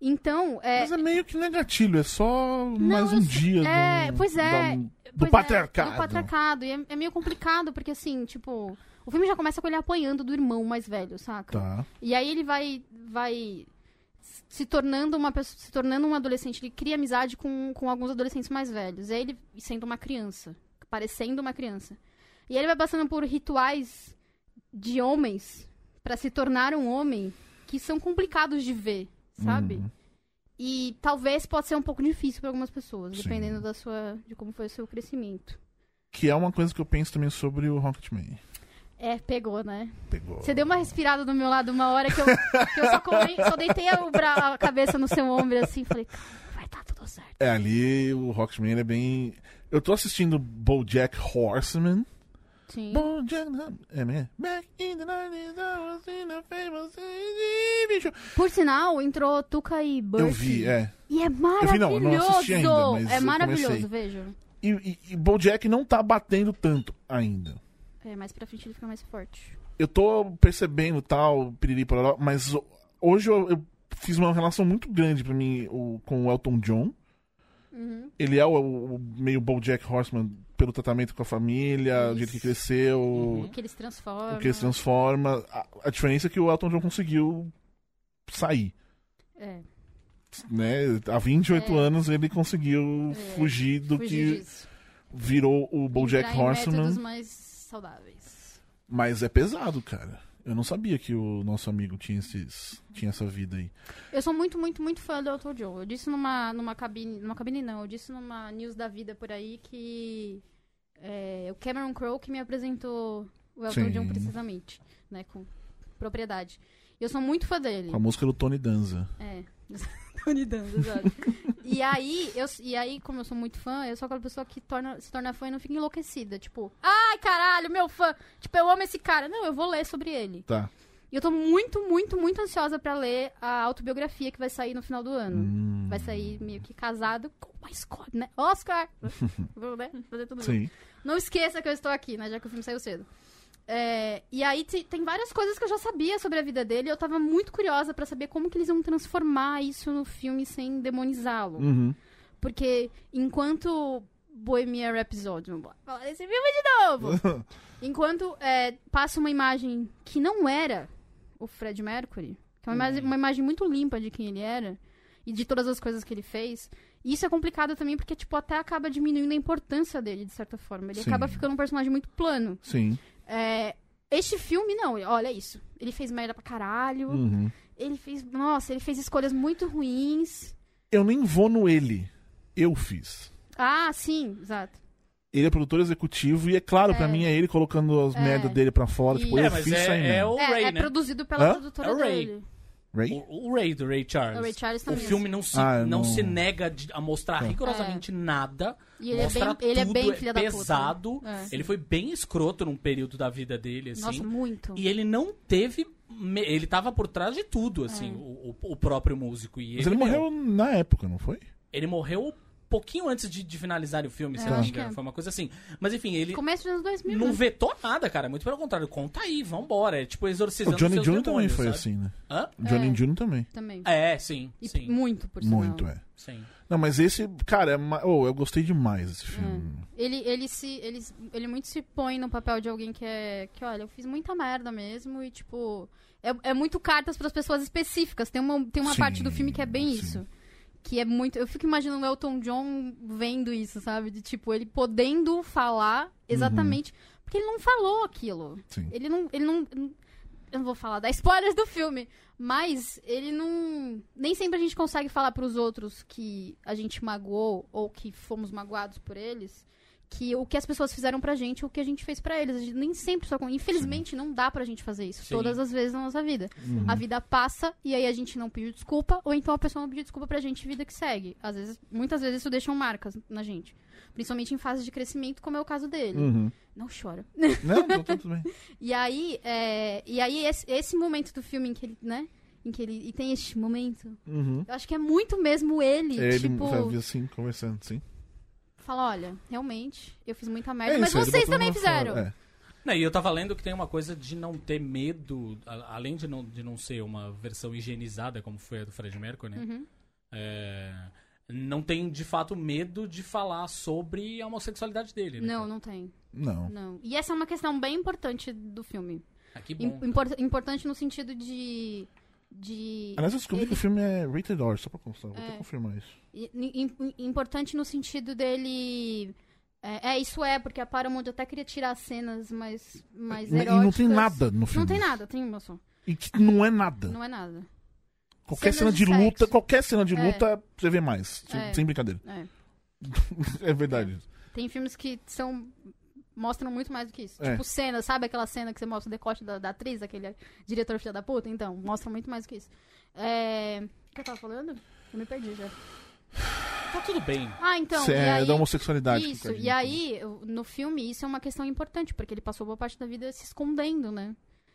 Speaker 4: Então, é,
Speaker 3: Mas é meio que não é gatilho, é só mais
Speaker 4: eu
Speaker 3: um
Speaker 4: sei-
Speaker 3: dia.
Speaker 4: é,
Speaker 3: do,
Speaker 4: pois é,
Speaker 3: da- do
Speaker 4: Pois é,
Speaker 3: patriarcado.
Speaker 4: do patriarcado. E é, é meio complicado, porque assim, tipo. O filme já começa com ele apanhando do irmão mais velho, saca?
Speaker 3: Tá.
Speaker 4: E aí ele vai. vai se tornando uma pessoa, se tornando um adolescente, ele cria amizade com, com alguns adolescentes mais velhos. E aí ele sendo uma criança, parecendo uma criança. E aí ele vai passando por rituais de homens pra se tornar um homem que são complicados de ver, sabe?
Speaker 3: Uhum.
Speaker 4: E talvez possa ser um pouco difícil pra algumas pessoas,
Speaker 3: Sim.
Speaker 4: dependendo da sua de como foi o seu crescimento.
Speaker 3: Que é uma coisa que eu penso também sobre o Rocketman.
Speaker 4: É, pegou, né?
Speaker 3: Pegou.
Speaker 4: Você deu uma respirada do meu lado uma hora que eu, que eu só, colei- só deitei o bra- a cabeça no seu ombro assim e falei, "Cara, vai tá tudo certo.
Speaker 3: É, ali o Rocketman ele é bem. Eu tô assistindo Bojack Horseman.
Speaker 4: Sim.
Speaker 3: Bojack. É, né? Back in the 90s, I was in a famous TV show.
Speaker 4: Por sinal, entrou Tuca e Burke.
Speaker 3: Eu vi, é.
Speaker 4: E é
Speaker 3: vi, não,
Speaker 4: maravilhoso.
Speaker 3: eu não assisti ainda,
Speaker 4: é
Speaker 3: mas eu comecei.
Speaker 4: maravilhoso, vejo.
Speaker 3: E, e, e Bojack não tá batendo tanto ainda.
Speaker 4: É, mais pra frente ele fica mais forte.
Speaker 3: eu tô percebendo tal, piriri, pororó, mas ho- hoje eu, eu fiz uma relação muito grande pra mim o- com o Elton John.
Speaker 4: Uhum.
Speaker 3: Ele é o, o meio Bojack Horseman pelo tratamento com a família, o jeito
Speaker 4: Isso.
Speaker 3: que
Speaker 4: Uhum.
Speaker 3: cresceu,
Speaker 4: O que ele se transforma.
Speaker 3: o que ele se transforma. A, a diferença é que o Elton John conseguiu sair,
Speaker 4: É,
Speaker 3: né? Há 28
Speaker 4: É.
Speaker 3: anos ele conseguiu
Speaker 4: É,
Speaker 3: fugir do
Speaker 4: fugir
Speaker 3: que
Speaker 4: disso.
Speaker 3: virou o Bojack
Speaker 4: Entrar em
Speaker 3: Horseman.
Speaker 4: métodos mais saudáveis.
Speaker 3: Mas é pesado, cara. Eu não sabia que o nosso amigo tinha, esses, tinha essa vida aí.
Speaker 4: Eu sou muito, muito, muito fã do Elton John. Eu disse numa, numa cabine... Numa cabine, não. Eu disse numa news da vida por aí que... é, o Cameron Crowe que me apresentou o Elton
Speaker 3: Sim.
Speaker 4: John precisamente. Né, com propriedade. E Eu sou muito fã dele.
Speaker 3: Com a música do Tony Danza.
Speaker 4: <laughs> É. Tony Danza, exato. e, aí, eu, e aí, como eu sou muito fã, eu sou aquela pessoa que torna, se torna fã e não fica enlouquecida. Tipo, ai, caralho, meu fã. Tipo, eu amo esse cara. Não, eu vou ler sobre ele.
Speaker 3: Tá.
Speaker 4: E eu tô muito, muito, muito ansiosa pra ler a autobiografia que vai sair no final do ano.
Speaker 3: Hum.
Speaker 4: Vai sair meio que casado com uma escola, né?
Speaker 3: <laughs>
Speaker 4: Oscar! Vamos, né? Fazer tudo junto.
Speaker 3: Sim.
Speaker 4: Não esqueça que eu estou aqui, né? Já que o filme saiu cedo. É, e aí te- tem várias coisas que eu já sabia sobre a vida dele. e Eu tava muito curiosa pra saber como que eles iam transformar isso no filme sem demonizá-lo.
Speaker 3: Uhum.
Speaker 4: Porque enquanto Bohemian Rhapsody... vamos Falar desse filme de novo! enquanto é, passa uma imagem que não era o Fred Mercury, que é uma, imagem, uma imagem muito limpa de quem ele era e de todas as coisas que ele fez... Isso é complicado também porque, tipo, até acaba diminuindo a importância dele, de certa forma. Ele
Speaker 3: Sim.
Speaker 4: acaba ficando um personagem muito plano.
Speaker 3: Sim.
Speaker 4: É, este filme, não, olha isso. Ele fez merda pra caralho.
Speaker 3: Uhum.
Speaker 4: Ele fez. Nossa, ele fez escolhas muito ruins.
Speaker 3: Eu nem vou no ele. Eu fiz.
Speaker 4: Ah, sim, exato.
Speaker 3: Ele é produtor executivo e é claro, pra
Speaker 4: É.
Speaker 3: mim é ele colocando as
Speaker 4: É.
Speaker 3: merdas dele pra fora. Tipo,
Speaker 4: E-
Speaker 3: eu
Speaker 2: É, mas
Speaker 3: fiz isso aí
Speaker 2: é, é
Speaker 3: mesmo.
Speaker 2: o
Speaker 4: É,
Speaker 2: Ray,
Speaker 4: é
Speaker 2: né?
Speaker 4: produtora pela
Speaker 3: Hã?
Speaker 4: produtora
Speaker 2: É o Ray.
Speaker 4: dele. é
Speaker 3: Ray?
Speaker 2: O, o Ray, do Ray Charles.
Speaker 4: O Ray Charles
Speaker 2: O
Speaker 4: também.
Speaker 2: filme não se,
Speaker 3: Ah, eu
Speaker 2: não...
Speaker 3: não-
Speaker 2: se nega de- a mostrar
Speaker 3: É.
Speaker 2: rigorosamente nada.
Speaker 4: E ele é
Speaker 2: mostra
Speaker 4: bem, ele é
Speaker 2: tudo,
Speaker 4: bem filha da puta.
Speaker 2: pesado.
Speaker 4: É.
Speaker 2: Ele foi bem escroto num período da vida dele, assim.
Speaker 4: Nossa, muito.
Speaker 2: E ele não teve. me- Ele tava por trás de tudo,
Speaker 4: É.
Speaker 2: assim, o, o- o próprio músico. E
Speaker 3: Mas ele
Speaker 2: meu,
Speaker 3: morreu na época, não foi?
Speaker 2: Ele morreu um pouquinho antes de, de finalizar o filme, se
Speaker 4: É,
Speaker 2: eu não me
Speaker 4: acho que
Speaker 2: engano.
Speaker 4: é.
Speaker 2: Foi uma coisa assim. Mas enfim, ele
Speaker 4: Começo dos anos 2000.
Speaker 2: não
Speaker 4: né?
Speaker 2: vetou nada, cara. Muito pelo contrário, conta aí, vambora. É tipo
Speaker 3: O
Speaker 2: exorcizando
Speaker 3: Johnny
Speaker 2: seus
Speaker 3: Jr. também
Speaker 2: demônios,
Speaker 3: foi
Speaker 2: sabe?
Speaker 3: assim, né?
Speaker 2: Hã?
Speaker 3: O Johnny
Speaker 4: É.
Speaker 3: Jr. também.
Speaker 4: Também.
Speaker 2: É, sim,
Speaker 4: E
Speaker 2: sim.
Speaker 4: muito, por sinal.
Speaker 3: Muito, é.
Speaker 2: sim.
Speaker 3: Não, mas esse, cara, é ma... oh, eu gostei demais desse filme.
Speaker 4: Ele, ele, se, ele, ele muito se põe no papel de alguém que é. Que, olha, eu fiz muita merda mesmo e, tipo. É, é muito cartas pras pessoas específicas. Tem uma, tem uma
Speaker 3: Sim,
Speaker 4: parte do filme que é bem
Speaker 3: sim.
Speaker 4: isso. Que é muito. Eu fico imaginando o
Speaker 2: Uhum.
Speaker 4: Elton John vendo isso, sabe? De tipo, ele podendo falar exatamente. Porque ele não falou aquilo.
Speaker 3: Sim.
Speaker 4: Ele não. Ele não. Eu não vou falar dar spoilers do filme. Mas ele não. Nem sempre a gente consegue falar pros outros que a gente magoou ou que fomos magoados por eles. Que o que as pessoas fizeram pra gente, o que a gente fez pra eles. A gente nem sempre só. con- Infelizmente, não dá pra gente fazer isso
Speaker 2: Sim.
Speaker 4: todas as vezes na nossa vida. É.
Speaker 3: Uhum.
Speaker 4: A vida passa e aí a gente não pediu desculpa, ou então a pessoa não pediu desculpa pra gente, vida que segue. Às vezes, muitas vezes isso deixa marcas na gente. Principalmente em fase de crescimento, como é o caso dele.
Speaker 3: Uhum.
Speaker 4: Não chora.
Speaker 3: Não, não, tá tudo bem.
Speaker 4: E aí, é, e aí esse, esse momento do filme em que ele, né? Em que ele. E tem este momento.
Speaker 3: Uhum.
Speaker 4: Eu acho que é muito mesmo ele,
Speaker 3: Ele
Speaker 4: tipo,
Speaker 3: vai vir assim, conversando, sim. fala,
Speaker 4: fala, olha, realmente, eu fiz muita merda,
Speaker 3: É
Speaker 4: mas
Speaker 3: isso, ele
Speaker 4: vocês
Speaker 3: botou
Speaker 4: também
Speaker 3: na
Speaker 4: fizeram.
Speaker 3: fala, é.
Speaker 2: Não, e eu tava lendo que tem uma coisa de não ter medo, a- além de não, de não ser uma versão higienizada, como foi a do Fred Mercury,
Speaker 4: Hum.
Speaker 2: né?
Speaker 4: Uhum.
Speaker 2: É, não tem, de fato, medo de falar sobre a homossexualidade dele, né?
Speaker 4: Não,
Speaker 2: cara?
Speaker 4: não tem.
Speaker 3: Não.
Speaker 4: Não. E essa é uma questão bem importante do filme.
Speaker 2: Ah, que bom.
Speaker 4: Im- impor- importante no sentido de. de
Speaker 3: Aliás, eu descobri que o
Speaker 4: ele-
Speaker 3: filme é rated R, só pra constar. Vou ter
Speaker 4: É.
Speaker 3: que confirmar isso.
Speaker 4: i- im- importante no sentido dele. É, é, isso é, porque a Paramount até queria tirar cenas mais, mais
Speaker 3: E
Speaker 4: eróticas.
Speaker 3: não tem nada no
Speaker 4: Não
Speaker 3: filme.
Speaker 4: tem nada, tem emoção.
Speaker 3: E que não é nada.
Speaker 4: Não é nada.
Speaker 3: Qualquer cena
Speaker 4: Cenas
Speaker 3: de
Speaker 4: de
Speaker 3: luta,
Speaker 4: sexo.
Speaker 3: qualquer cena de
Speaker 4: É.
Speaker 3: luta, você vê mais. Sem-
Speaker 4: É.
Speaker 3: Sem brincadeira.
Speaker 4: É.
Speaker 3: <laughs> É verdade.
Speaker 4: Tem filmes que são. mostram muito mais do que isso.
Speaker 3: É.
Speaker 4: Tipo, cena, sabe aquela cena que você mostra o decote da, da atriz, aquele diretor filha da puta? Então, mostra muito mais do que isso. É. O que eu tava falando? Eu me perdi já.
Speaker 2: Tá tudo bem.
Speaker 4: Ah, então.
Speaker 3: Cê-
Speaker 4: e
Speaker 3: é
Speaker 4: aí-
Speaker 3: da homossexualidade. que
Speaker 4: Isso,
Speaker 3: a gente-
Speaker 4: e aí, eu- no filme, isso é uma questão importante, porque ele passou boa parte da vida se escondendo, né?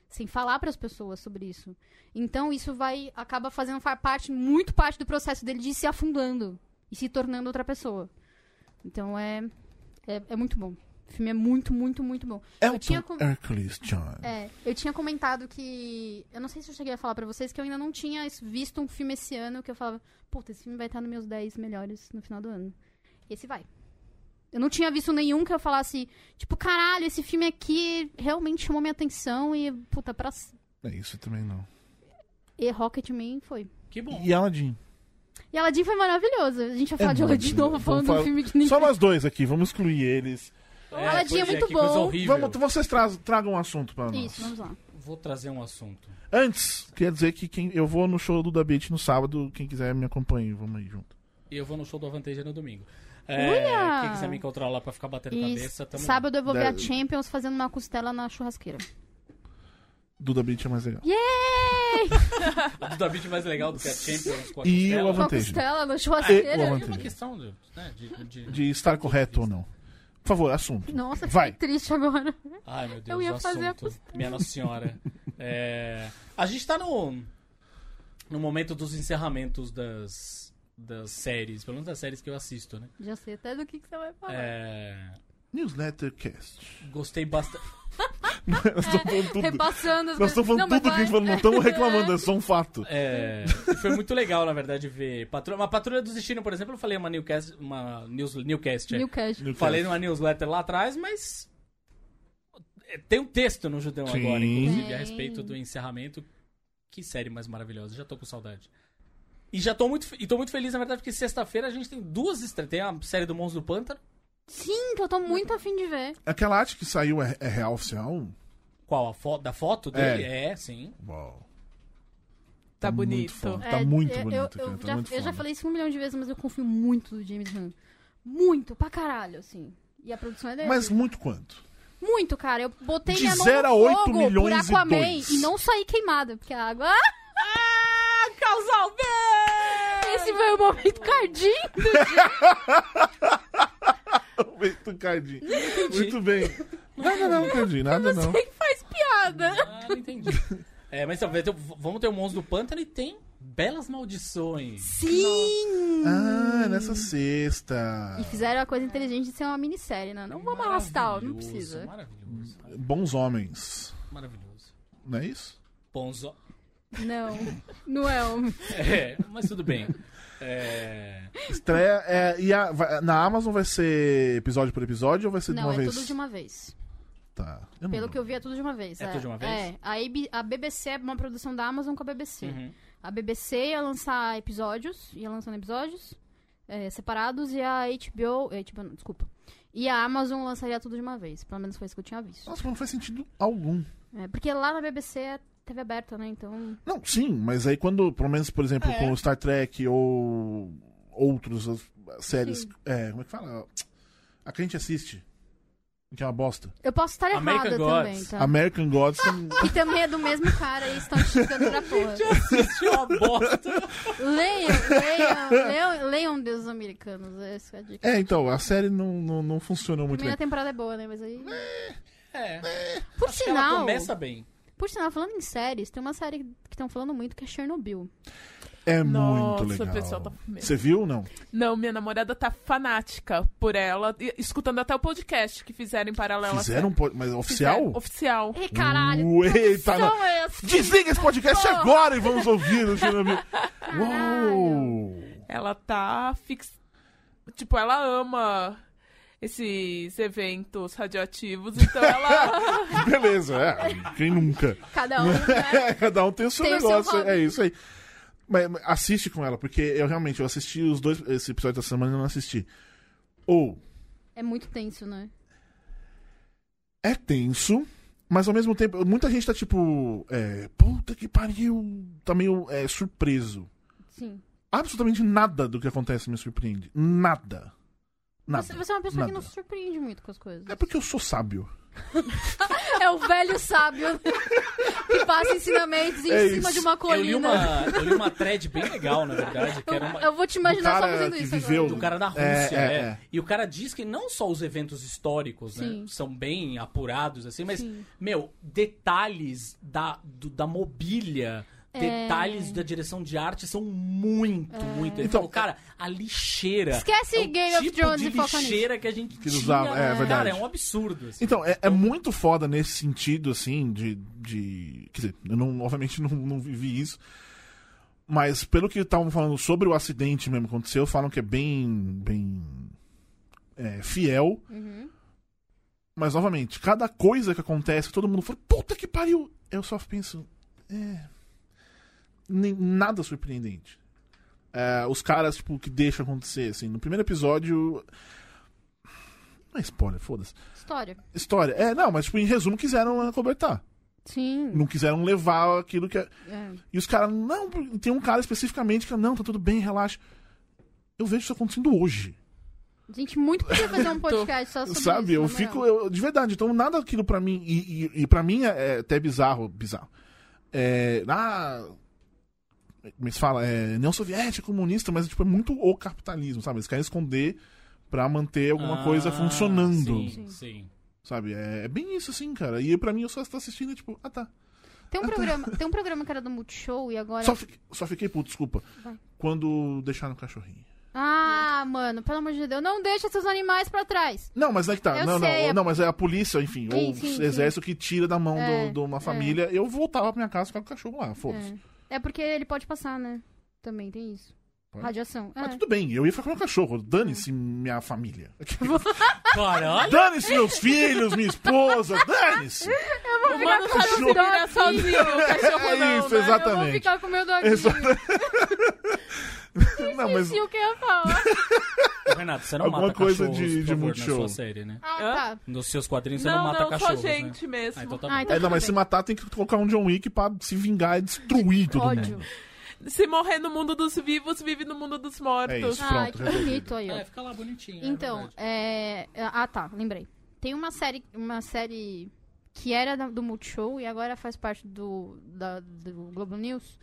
Speaker 4: Sem falar pras pessoas sobre isso. Então, isso vai. acaba fazendo fa- parte, muito parte do processo dele de se afundando e se tornando outra pessoa. Então, é. é, é muito bom. O filme é muito, muito, muito bom.
Speaker 3: Elton
Speaker 4: eu tinha com-
Speaker 3: É Hercules John.
Speaker 4: É, eu tinha comentado que. Eu não sei se eu cheguei a falar pra vocês que eu ainda não tinha es- visto um filme esse ano que eu falava, puta, esse filme vai estar nos meus 10 melhores no final do ano. Esse vai. Eu não tinha visto nenhum que eu falasse, tipo, caralho, esse filme aqui realmente chamou minha atenção e, puta, pra. c-
Speaker 3: É isso também não.
Speaker 4: E Rocketman foi.
Speaker 2: Que bom.
Speaker 3: E Aladdin.
Speaker 4: E Aladdin foi maravilhoso. A gente vai É.
Speaker 3: É
Speaker 4: falar de Aladdin de
Speaker 3: maravilhoso.
Speaker 4: novo, falando
Speaker 3: Vamos
Speaker 4: do filme que ninguém.
Speaker 3: Só nós dois aqui, vamos excluir eles.
Speaker 4: É, Aladdin é
Speaker 2: pois
Speaker 4: muito
Speaker 2: que coisa
Speaker 4: bom.
Speaker 2: horrível.
Speaker 3: Vamos, vocês tra tragam um assunto pra nós.
Speaker 4: Isso, vamos lá.
Speaker 2: Vou trazer um assunto.
Speaker 3: Antes, queria dizer que quem, eu vou no show do Da Beat no sábado. Quem quiser me acompanhe, vamos aí junto.
Speaker 2: E eu vou no show do Avanteja no domingo. É,
Speaker 4: Olha!
Speaker 2: Quem quiser me encontrar lá pra ficar batendo
Speaker 4: E
Speaker 2: cabeça, tá tamo lá.
Speaker 4: sábado eu vou ver a
Speaker 3: Da-
Speaker 4: Champions fazendo uma costela na churrasqueira.
Speaker 3: Do Da Beat é mais legal.
Speaker 4: Yay!
Speaker 2: O do David mais legal do que a Champions com a
Speaker 3: E
Speaker 2: Costela.
Speaker 3: o Avan-
Speaker 4: Uma
Speaker 3: Vantagem.
Speaker 4: costela na
Speaker 3: E o
Speaker 4: churrasqueira.
Speaker 3: Avan-
Speaker 2: É uma questão de, né, de- de-
Speaker 3: De estar correto ou não. Por favor, assunto.
Speaker 4: Nossa,
Speaker 3: Vai.
Speaker 4: fiquei triste agora.
Speaker 2: <laughs> Ai, meu Deus,
Speaker 4: Eu ia
Speaker 2: o
Speaker 4: fazer a
Speaker 2: assunto. Minha Nossa <laughs> Senhora. É, a gente tá no, no momento dos encerramentos das, das séries, pelo menos das séries que eu assisto, né?
Speaker 4: Já sei até do que, que você vai falar.
Speaker 2: É,
Speaker 3: Newslettercast.
Speaker 2: gostei bastante.
Speaker 3: Nós estamos falando tudo.
Speaker 4: Repassando É, as
Speaker 3: Nós estamos falando
Speaker 4: coisas.
Speaker 3: tudo que a gente falou, não estamos reclamando, é só um fato.
Speaker 2: <laughs> É, foi muito legal, na verdade, ver Patrulha. Uma Patrulha do Destino, por exemplo, eu falei uma Newcast. Uma news, newcast, é.
Speaker 4: New Cash.
Speaker 2: Falei numa newsletter lá atrás, mas. é, Tem um texto no Judão
Speaker 3: Sim.
Speaker 2: agora, inclusive, a
Speaker 4: Tem.
Speaker 2: respeito do encerramento. Que série mais maravilhosa, já tô com saudade. E já tô muito, fe- e tô muito feliz, na verdade, porque sexta-feira a gente tem duas estreias. Tem a série do Monstro do Pântano.
Speaker 4: Sim, que eu tô muito afim de ver.
Speaker 3: Aquela arte que saiu é, é real oficial?
Speaker 2: Qual? A fo da foto dele? É, sim.
Speaker 3: Uau.
Speaker 5: Tá
Speaker 3: muito
Speaker 5: bonito.
Speaker 3: foda.
Speaker 4: É,
Speaker 3: Tá muito
Speaker 4: eu-
Speaker 3: bonito,
Speaker 4: Eu,
Speaker 3: cara,
Speaker 4: eu
Speaker 3: tá
Speaker 4: já,
Speaker 3: muito
Speaker 4: eu já
Speaker 3: foda.
Speaker 4: falei isso um milhão de vezes, mas eu confio muito no James Gunn. Muito, pra caralho, assim. E a produção é dele.
Speaker 3: Mas muito quanto? <laughs>
Speaker 4: Muito, cara. Eu botei
Speaker 3: De
Speaker 4: minha mão
Speaker 3: zero a
Speaker 4: no
Speaker 3: oito
Speaker 4: fogo
Speaker 3: milhões e
Speaker 4: por Aquaman
Speaker 3: dois.
Speaker 4: e não saí queimada, porque a água...
Speaker 5: Ah, casal B!
Speaker 4: Esse foi o momento cardinho.
Speaker 3: Muito Cardi. Muito bem. Nada não, Cardi, nada não.
Speaker 4: Você que faz piada.
Speaker 2: Ah, não entendi. é, mas talvez eu- vamos ter o Monstro do Pântano e tem Belas Maldições.
Speaker 4: Sim!
Speaker 3: Ah, nessa sexta.
Speaker 4: E fizeram a coisa inteligente de ser uma minissérie, né? Não vamos arrastar, ó, não
Speaker 2: Maravilhoso,
Speaker 4: precisa.
Speaker 2: Maravilhoso,
Speaker 3: Bons homens.
Speaker 2: maravilhoso.
Speaker 3: Não é isso?
Speaker 2: Bonzo...
Speaker 4: Não, não é um.
Speaker 2: <laughs> É, mas tudo bem. É,
Speaker 3: Estreia. É, e a- vai- na Amazon vai ser episódio por episódio ou vai ser de
Speaker 4: Não,
Speaker 3: uma
Speaker 4: é
Speaker 3: vez?
Speaker 4: tudo de uma vez.
Speaker 3: Tá. Eu não
Speaker 4: Pelo
Speaker 3: lembro.
Speaker 4: que eu vi, é tudo de uma vez.
Speaker 2: Uhum. É tudo de uma vez?
Speaker 4: É. A, AB a BBC é uma produção da Amazon com a BBC.
Speaker 2: uhum.
Speaker 4: A BBC ia lançar episódios, ia lançando episódios é, separados, e a HBO. eh, HBO é, não, desculpa. E a Amazon lançaria tudo de uma vez. Pelo menos foi isso que eu tinha visto.
Speaker 3: Nossa, mas não faz sentido algum.
Speaker 4: É, porque lá na BBC é TV aberta, né? Então.
Speaker 3: Não, sim, mas aí quando, pelo menos, por exemplo, com o Star Trek ou outros as- séries. É, como é que fala? A que a gente assiste. Que é uma bosta.
Speaker 4: Eu posso estar
Speaker 2: American
Speaker 4: errada
Speaker 2: Gods.
Speaker 4: também, tá?
Speaker 3: American Gods. tem-
Speaker 4: Que também é do mesmo cara e estão te
Speaker 2: <laughs>
Speaker 4: xingando pra porra.
Speaker 2: Assistiu a bosta.
Speaker 4: Leiam, leiam, leiam, leiam Deuses Americanos. Essa é a dica.
Speaker 3: <laughs> é, então, a série não, não, não funcionou muito
Speaker 4: Primeira
Speaker 3: bem.
Speaker 4: temporada é boa, né? Mas aí.
Speaker 2: É.
Speaker 4: Por
Speaker 2: Acho que ela
Speaker 4: sinal.
Speaker 2: começa bem.
Speaker 4: Por sinal, falando em séries, tem uma série que estão falando muito que é Chernobyl.
Speaker 3: É
Speaker 5: Nossa,
Speaker 3: muito legal.
Speaker 5: o pessoal tá com medo.
Speaker 3: Você viu ou não?
Speaker 5: Não, minha namorada tá fanática por ela, e- escutando até o podcast que fizeram em paralelo. à
Speaker 3: Fizeram um
Speaker 5: série.
Speaker 3: pod- Mas é
Speaker 5: Fizeram.
Speaker 3: oficial?
Speaker 5: Oficial.
Speaker 4: Ei, caralho!
Speaker 3: Ué,
Speaker 4: que
Speaker 3: tá
Speaker 4: produção
Speaker 3: na-
Speaker 4: é essa?
Speaker 3: Desliga esse podcast
Speaker 4: Porra.
Speaker 3: agora e vamos ouvir o Chernobyl.
Speaker 4: Caralho.
Speaker 3: Uou!
Speaker 5: Ela tá fix... Tipo, ela ama esses eventos radioativos, então ela...
Speaker 3: <laughs> Beleza, é. Quem nunca?
Speaker 4: Cada
Speaker 3: <laughs>
Speaker 4: um, né?
Speaker 3: É, cada um tem o seu
Speaker 4: Tem o seu
Speaker 3: negócio.
Speaker 4: hobby.
Speaker 3: é isso aí. Mas, mas assiste com ela, porque eu realmente eu assisti os dois. Esse episódio da semana eu não assisti. Ou
Speaker 4: É muito tenso, né?
Speaker 3: é tenso, mas ao mesmo tempo, muita gente tá tipo. É, Puta que pariu! Tá meio é, surpreso.
Speaker 4: Sim.
Speaker 3: Absolutamente nada do que acontece me surpreende. Nada. Nada.
Speaker 4: Você, você é uma pessoa que
Speaker 3: Nada.
Speaker 4: não se surpreende muito com as coisas.
Speaker 3: É porque eu sou sábio.
Speaker 4: É o velho <laughs> sábio que passa ensinamentos em
Speaker 3: É
Speaker 4: cima
Speaker 3: isso.
Speaker 4: de uma
Speaker 2: Eu li,
Speaker 4: colina.
Speaker 2: uma, eu li uma thread bem legal, na verdade, que era uma,
Speaker 4: Eu vou te imaginar
Speaker 3: Do
Speaker 4: só
Speaker 3: cara
Speaker 4: fazendo
Speaker 3: que
Speaker 4: isso
Speaker 3: viveu.
Speaker 4: agora.
Speaker 2: do cara da Rússia.
Speaker 3: É, é,
Speaker 2: é.
Speaker 3: é.
Speaker 2: E o cara diz que não só os eventos históricos né,
Speaker 4: Sim.
Speaker 2: são bem apurados, assim, mas,
Speaker 4: Sim.
Speaker 2: meu, detalhes da, do- da mobília.
Speaker 4: É.
Speaker 2: Detalhes da direção de arte são muito, muito. Ele
Speaker 3: Então,
Speaker 2: falou, cara, a lixeira.
Speaker 4: Esquece
Speaker 2: é o
Speaker 4: Game of
Speaker 2: tipo
Speaker 4: Thrones
Speaker 2: de
Speaker 4: e foca nisso.
Speaker 2: lixeira que a gente
Speaker 3: Que
Speaker 2: tinha.
Speaker 3: usava, é, verdade.
Speaker 2: Cara, é um absurdo. assim.
Speaker 3: Então, é, é muito foda nesse sentido, assim, de. de quer dizer, eu não, obviamente não, não vivi isso. Mas pelo que estavam falando sobre o acidente mesmo que aconteceu, falam que é bem. bem. é, fiel. Mas, novamente, cada coisa que acontece, todo mundo fala, puta que pariu! Eu só penso. É. nem- nada surpreendente. É, os caras, tipo, que deixam acontecer, assim. No primeiro episódio. Não é spoiler, foda-se
Speaker 4: História.
Speaker 3: história. É, não, mas tipo, em resumo, quiseram acobertar.
Speaker 4: Sim.
Speaker 3: Não quiseram levar aquilo que. é-
Speaker 4: É.
Speaker 3: E os caras, não, tem um cara especificamente que, não, tá tudo bem, relaxa. Eu vejo isso acontecendo hoje.
Speaker 4: Gente, muito podia fazer
Speaker 3: <laughs>
Speaker 4: um podcast só sobre
Speaker 3: sabe?
Speaker 4: isso, é
Speaker 3: eu
Speaker 4: na
Speaker 3: fico.
Speaker 4: moral.
Speaker 3: eu- de verdade, então nada aquilo pra mim. E, e, e pra mim é, é até bizarro, bizarro. É. Ah. Como se fala? É. Não soviético, comunista, mas tipo, é muito o capitalismo, sabe? Eles querem esconder pra manter alguma
Speaker 2: Ah,
Speaker 3: coisa funcionando.
Speaker 2: Sim, sim.
Speaker 3: Sabe? É, é bem isso, assim, cara. E pra mim eu só estou assistindo, e, tipo, ah tá.
Speaker 4: Tem um,
Speaker 3: Ah, tá.
Speaker 4: programa, tem um programa que era do Multishow e agora.
Speaker 3: Só, fiquei- só fiquei puto, desculpa.
Speaker 4: Vai.
Speaker 3: Quando deixaram o cachorrinho.
Speaker 4: Ah, mano, pelo amor de Deus, não deixa seus animais pra trás.
Speaker 3: Não, mas não é que tá.
Speaker 4: Eu
Speaker 3: não,
Speaker 4: sei,
Speaker 3: não,
Speaker 4: é-
Speaker 3: não, mas é a polícia, enfim,
Speaker 4: Sim,
Speaker 3: ou
Speaker 4: sim,
Speaker 3: o exército que tira da mão do-
Speaker 4: É,
Speaker 3: de uma família. Eu voltava pra minha casa com o cachorro lá, foda-se.
Speaker 4: É. É porque ele pode passar, né? Também tem isso.
Speaker 3: Pode?
Speaker 4: Radiação.
Speaker 3: Mas
Speaker 4: É.
Speaker 3: tudo bem, eu ia ficar com o meu cachorro. Dane-se minha família.
Speaker 2: Cara,
Speaker 3: <laughs>
Speaker 2: olha,
Speaker 3: Dane-se meus filhos, minha esposa, dane-se.
Speaker 5: o mano só não se
Speaker 4: cachorro.
Speaker 5: vira sozinho, o cachorro
Speaker 3: É
Speaker 5: não,
Speaker 3: isso,
Speaker 5: né?
Speaker 3: exatamente.
Speaker 4: Eu vou ficar com o meu doguinho.
Speaker 3: Exatamente. <laughs> Não, mas
Speaker 4: Esqueci o que eu ia falar.
Speaker 2: Renato, você não
Speaker 3: Alguma
Speaker 2: mata
Speaker 3: coisa
Speaker 2: cachorros,
Speaker 3: de-
Speaker 2: por
Speaker 3: de
Speaker 2: favor,
Speaker 3: Multishow.
Speaker 2: na sua série, né?
Speaker 4: Ah,
Speaker 5: Hã?
Speaker 4: tá.
Speaker 2: Nos seus quadrinhos você
Speaker 5: Não,
Speaker 2: não mata
Speaker 5: não, só
Speaker 2: cachorros, né?
Speaker 5: gente mesmo.
Speaker 2: Ah, então tá bom.
Speaker 4: Ah, então
Speaker 3: É, não,
Speaker 4: tudo
Speaker 3: mas se
Speaker 4: bem.
Speaker 3: matar tem que colocar um John Wick pra se vingar e destruir todo
Speaker 4: Ódio.
Speaker 3: mundo.
Speaker 5: Se morrer no mundo dos vivos, vive no mundo dos
Speaker 3: É
Speaker 5: mortos. <laughs>
Speaker 3: isso.
Speaker 4: Ai,
Speaker 3: Pronto,
Speaker 4: Ah, que
Speaker 3: resolvido.
Speaker 4: bonito aí, ó.
Speaker 2: É, fica lá bonitinho. é
Speaker 4: Então,
Speaker 2: verdade.
Speaker 4: é... Ah, tá, lembrei. Tem uma série, uma série que era da- do Multishow e agora faz parte do, da- do Globo News.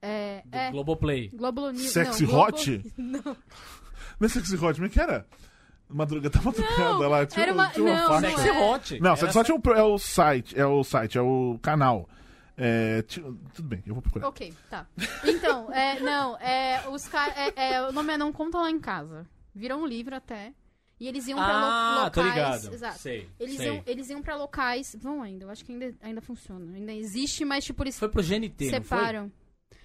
Speaker 4: É,
Speaker 2: Do
Speaker 4: é
Speaker 2: Globoplay.
Speaker 4: Globo News.
Speaker 3: Sexy
Speaker 4: não, Globo-
Speaker 3: Hot?
Speaker 4: <laughs> Não,
Speaker 3: Não é sexy hot, como é que era? Madruga tá <laughs> madrugada
Speaker 4: Não,
Speaker 3: lá, tinha,
Speaker 4: era uma-
Speaker 3: tinha uma
Speaker 4: não,
Speaker 3: faixa.
Speaker 4: não
Speaker 2: Sexy
Speaker 4: é.
Speaker 2: Hot.
Speaker 3: Não,
Speaker 2: Era
Speaker 3: Sex Hot é o, é o site, é o site, é o canal. É, ti- tudo bem, eu vou procurar.
Speaker 4: ok, tá. Então, é, não, é, os caras... É, é, o nome é Não Conta Lá em Casa. Virou um livro até. E eles iam um pra lo-
Speaker 2: Ah,
Speaker 4: locais...
Speaker 2: tô ligado.
Speaker 4: Exato.
Speaker 2: Sei,
Speaker 4: Eles
Speaker 2: sei.
Speaker 4: iam, eles iam pra locais... Vão ainda, eu acho que ainda, ainda funciona. Ainda existe, mas tipo, eles
Speaker 2: Foi pro GNT, não
Speaker 4: separam.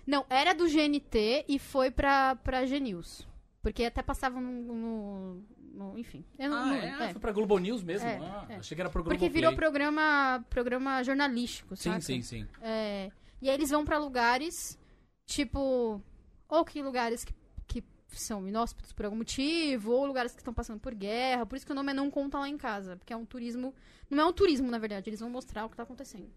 Speaker 4: Não, era do GNT e foi pra, pra GNews. Porque até passavam no. no- no- enfim.
Speaker 2: foi?
Speaker 4: Eu não,
Speaker 2: Ah,
Speaker 4: não
Speaker 2: é?
Speaker 4: lembro, é.
Speaker 2: Foi pra Globo News mesmo?
Speaker 4: É,
Speaker 2: ah,
Speaker 4: é.
Speaker 2: achei que era pro Globoplay.
Speaker 4: Porque virou programa, programa jornalístico,
Speaker 2: Sim,
Speaker 4: sabe?
Speaker 2: sim, sim.
Speaker 4: É, e aí eles vão pra lugares, tipo. Ou que lugares que, que são inóspitos por algum motivo, ou lugares que estão passando por guerra. Por isso que o nome é Não Conta Lá em Casa, porque é um turismo. Não é um turismo, na verdade, eles vão mostrar o que está acontecendo.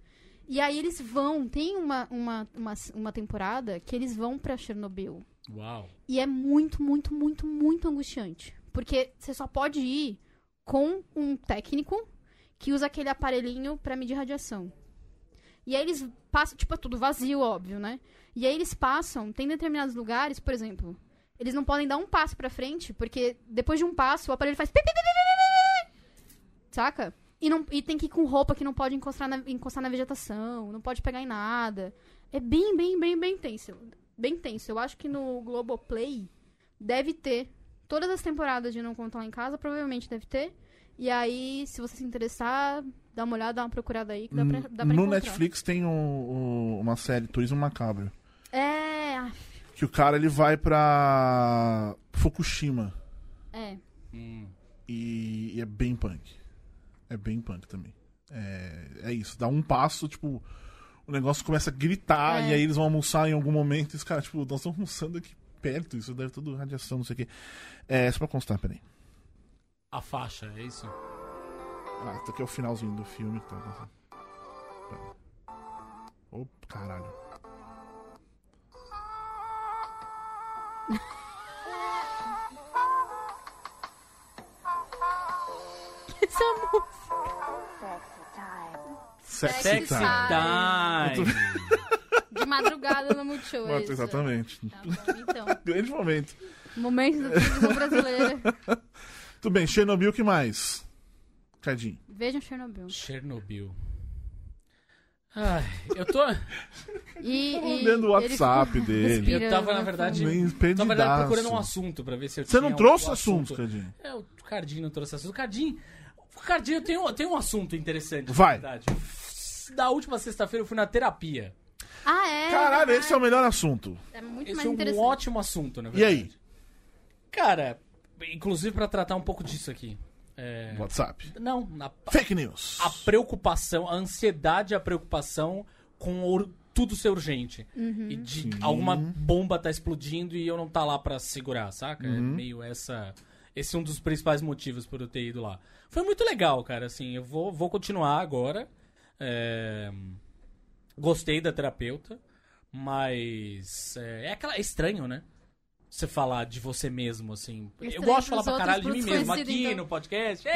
Speaker 4: E aí eles vão, tem uma, uma, uma, uma temporada que eles vão para Chernobyl.
Speaker 2: Uau.
Speaker 4: E é muito, muito, muito, muito angustiante. Porque você só pode ir com um técnico que usa aquele aparelhinho pra medir radiação. E aí eles passam, tipo, é tudo vazio, óbvio, né? E aí eles passam, tem determinados lugares, por exemplo, eles não podem dar um passo pra frente, porque depois de um passo o aparelho faz. pi, pi, pi, pi, pi, pi, pi, Saca? E, não, e tem que ir com roupa que não pode encostar na, encostar na vegetação, não pode pegar em nada. É bem, bem, bem, bem tenso bem tenso. Eu acho que no Globoplay deve ter todas as temporadas de Não Conta Lá em Casa, provavelmente deve ter. E aí, se você se interessar, dá uma olhada, dá uma procurada aí, que dá pra, dá pra
Speaker 3: no
Speaker 4: encontrar.
Speaker 3: Netflix tem um- um- uma série Turismo Macabro.
Speaker 4: É, ah,
Speaker 3: Que o cara ele vai pra Fukushima.
Speaker 4: é.
Speaker 2: Hum.
Speaker 3: E, e é bem punk. É bem punk também. É, é isso, dá um passo, tipo, o negócio começa a gritar
Speaker 4: É.
Speaker 3: e aí eles vão almoçar em algum momento. E os caras, tipo, nós estamos almoçando aqui perto, isso deve tudo radiação, não sei o quê. É, só pra constar, peraí.
Speaker 2: A faixa, é isso?
Speaker 3: Ah, tá aqui é o finalzinho do filme que tá acontecendo. Pera. Ô, caralho.
Speaker 4: Essa música.
Speaker 3: Sexy,
Speaker 4: Sexy
Speaker 3: time.
Speaker 4: time.
Speaker 2: time.
Speaker 4: De madrugada no Multishow. é
Speaker 3: Mas,
Speaker 4: isso.
Speaker 3: Exatamente.
Speaker 4: Tá, Então,
Speaker 3: Grande momento.
Speaker 4: momentos da televisão brasileira.
Speaker 3: Tudo bem, Chernobyl, o que mais? Cadinho.
Speaker 4: Vejam Chernobyl.
Speaker 2: Chernobyl. Ai, eu tô.
Speaker 4: E,
Speaker 3: Tô
Speaker 4: e
Speaker 3: tá olhando o
Speaker 4: ele
Speaker 3: WhatsApp
Speaker 4: ficou
Speaker 3: dele.
Speaker 4: <laughs> respirando,
Speaker 2: Eu tava, na
Speaker 4: né,
Speaker 2: verdade,
Speaker 4: falando.
Speaker 3: Nem
Speaker 2: tô, na verdade,
Speaker 3: perdidaço.
Speaker 2: procurando um assunto pra ver se eu
Speaker 3: Você
Speaker 4: É
Speaker 2: tinha
Speaker 4: um
Speaker 3: não
Speaker 2: o-
Speaker 3: trouxe
Speaker 2: o
Speaker 3: assunto, Cadinho?
Speaker 2: É, o Cardim não trouxe assunto. O Cardim. O Cardim, eu tenho, eu tenho um assunto interessante. na
Speaker 3: Vai.
Speaker 2: verdade. Da última sexta-feira eu fui na terapia.
Speaker 4: Ah, é.
Speaker 3: Caralho, esse é o melhor assunto.
Speaker 4: É muito
Speaker 2: Esse
Speaker 4: mais
Speaker 2: é um
Speaker 4: interessante.
Speaker 2: ótimo assunto, na
Speaker 3: E
Speaker 2: verdade.
Speaker 3: aí?
Speaker 2: Cara, inclusive pra tratar um pouco disso aqui. É,
Speaker 3: WhatsApp.
Speaker 2: não, a,
Speaker 3: Fake news.
Speaker 2: a preocupação, a ansiedade, a preocupação com or- tudo ser urgente.
Speaker 4: Uhum.
Speaker 2: E de alguma bomba tá explodindo e eu não tá lá pra segurar, saca? É meio essa. Esse é um dos principais motivos por eu ter ido lá. Foi muito legal, cara. Assim, eu vou, vou continuar agora. É, Gostei da terapeuta, mas é, é aquela, é estranho, né? Você falar de você mesmo, assim. eu
Speaker 4: Estranho
Speaker 2: gosto de falar
Speaker 4: pros
Speaker 2: pra
Speaker 4: outros,
Speaker 2: caralho de mim
Speaker 4: pros
Speaker 2: mesmo
Speaker 4: desconhecidos,
Speaker 2: aqui
Speaker 4: então.
Speaker 2: no podcast. Ei,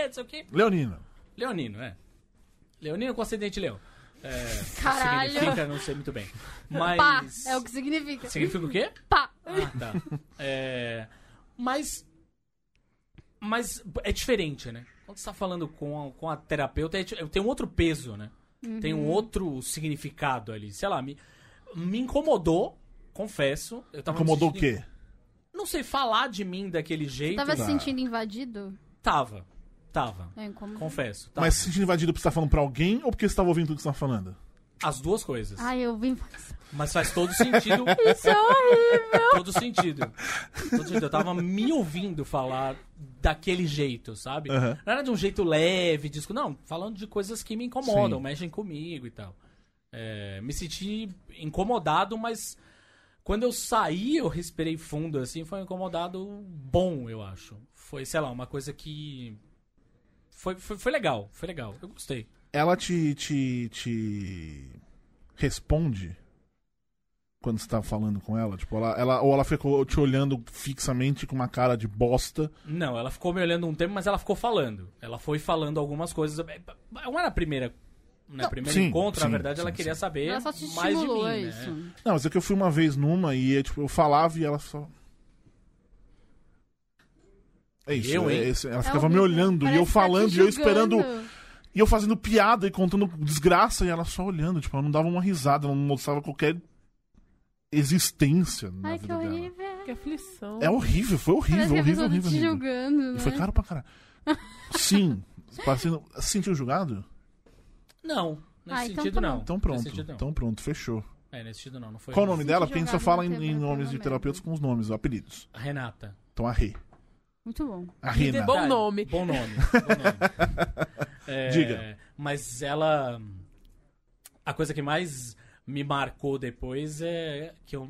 Speaker 2: ei, não sei o quê.
Speaker 3: Leonina.
Speaker 2: Leonino, é. Leonino com acidente leão. É,
Speaker 4: Caralho.
Speaker 2: Significa, não sei muito bem. Mas.
Speaker 4: <laughs> Pá, é o que significa.
Speaker 2: Significa o
Speaker 4: <laughs>
Speaker 2: quê?
Speaker 4: Pá.
Speaker 2: Ah, tá. É, mas. Mas é diferente, né? Quando você tá falando com a, com a terapeuta, é di- tem um outro peso, né?
Speaker 4: Uhum.
Speaker 2: Tem um outro significado ali. Sei lá, me, me incomodou, confesso. Eu tava me
Speaker 3: Incomodou o
Speaker 2: sentindo-
Speaker 3: quê?
Speaker 2: Não sei, falar de mim daquele jeito.
Speaker 4: Tava se
Speaker 3: Ah.
Speaker 4: sentindo invadido?
Speaker 2: Tava. Tava.
Speaker 4: É incômodo.
Speaker 2: Confesso. Tava.
Speaker 3: Mas se sentindo invadido porque você tá falando pra alguém ou porque você tava ouvindo tudo que você tá falando?
Speaker 2: As duas coisas.
Speaker 4: Ai, eu vim.
Speaker 2: Mas faz todo sentido.
Speaker 4: <laughs> Isso é horrível.
Speaker 2: todo sentido. Todo sentido. Eu tava me ouvindo falar daquele jeito, sabe?
Speaker 3: Aham.
Speaker 2: Não era de um jeito leve, disco. Não, falando de coisas que me incomodam,
Speaker 3: Sim.
Speaker 2: mexem comigo e tal. É, me senti incomodado, mas quando eu saí, eu respirei fundo, assim, foi um incomodado bom, eu acho. Foi, sei lá, uma coisa que. Foi, foi, foi legal, foi legal. Eu gostei.
Speaker 3: Ela te, te, te responde quando você tá falando com ela? Tipo, ela, ela, ou ela ficou te olhando fixamente com uma cara de bosta.
Speaker 2: Não, ela ficou me olhando um tempo, mas ela ficou falando. Ela foi falando algumas coisas. É, Não era a primeira. Na primeira
Speaker 3: sim,
Speaker 2: encontro,
Speaker 3: sim,
Speaker 2: na verdade,
Speaker 3: sim,
Speaker 2: ela
Speaker 3: sim.
Speaker 2: queria saber
Speaker 4: Ela só te
Speaker 2: mais de mim.
Speaker 4: estimulou, é
Speaker 2: né?
Speaker 4: isso.
Speaker 3: Não, mas é que eu fui uma vez numa e tipo, eu falava e ela só. É isso,
Speaker 2: Eu,
Speaker 3: é
Speaker 2: hein?
Speaker 3: isso. ela
Speaker 4: É
Speaker 3: ficava me
Speaker 4: horrível.
Speaker 3: olhando e
Speaker 4: Parece
Speaker 3: eu
Speaker 4: que tá te
Speaker 3: falando e eu esperando
Speaker 4: julgando.
Speaker 3: E eu fazendo piada e contando desgraça, e ela só olhando, tipo, ela não dava uma risada, ela não mostrava qualquer existência na
Speaker 4: Ai, que
Speaker 3: vida dela.
Speaker 4: horrível.
Speaker 5: Que aflição.
Speaker 3: É horrível, foi
Speaker 4: Parece
Speaker 3: horrível,
Speaker 4: que a
Speaker 3: horrível,
Speaker 4: pessoa tá
Speaker 3: horrível.
Speaker 4: te
Speaker 3: horrível.
Speaker 4: julgando.
Speaker 3: E foi
Speaker 4: né?
Speaker 3: caro pra caralho. Sim, parecendo. se Sentiu julgado?
Speaker 2: Não, nesse
Speaker 4: Ah, então
Speaker 2: sentido não.
Speaker 4: pronto.
Speaker 3: Então
Speaker 2: Nesse
Speaker 3: pronto,
Speaker 2: sentido não.
Speaker 3: então pronto, fechou.
Speaker 2: É, nesse sentido não. não foi
Speaker 3: Qual o nome dela? Porque a gente só
Speaker 4: julgado
Speaker 3: fala em,
Speaker 4: não tem
Speaker 3: em
Speaker 4: pra
Speaker 3: nomes de
Speaker 4: merda.
Speaker 3: terapeutas com os nomes, os apelidos.
Speaker 2: Renata.
Speaker 3: Então a Rê.
Speaker 4: Muito bom.
Speaker 3: A
Speaker 2: Que
Speaker 3: Rena.
Speaker 2: detalhe.
Speaker 5: Bom nome.
Speaker 2: Bom
Speaker 3: <laughs>
Speaker 2: nome. bom nome. É,
Speaker 3: Diga.
Speaker 2: Mas ela. A coisa que mais me marcou depois é que eu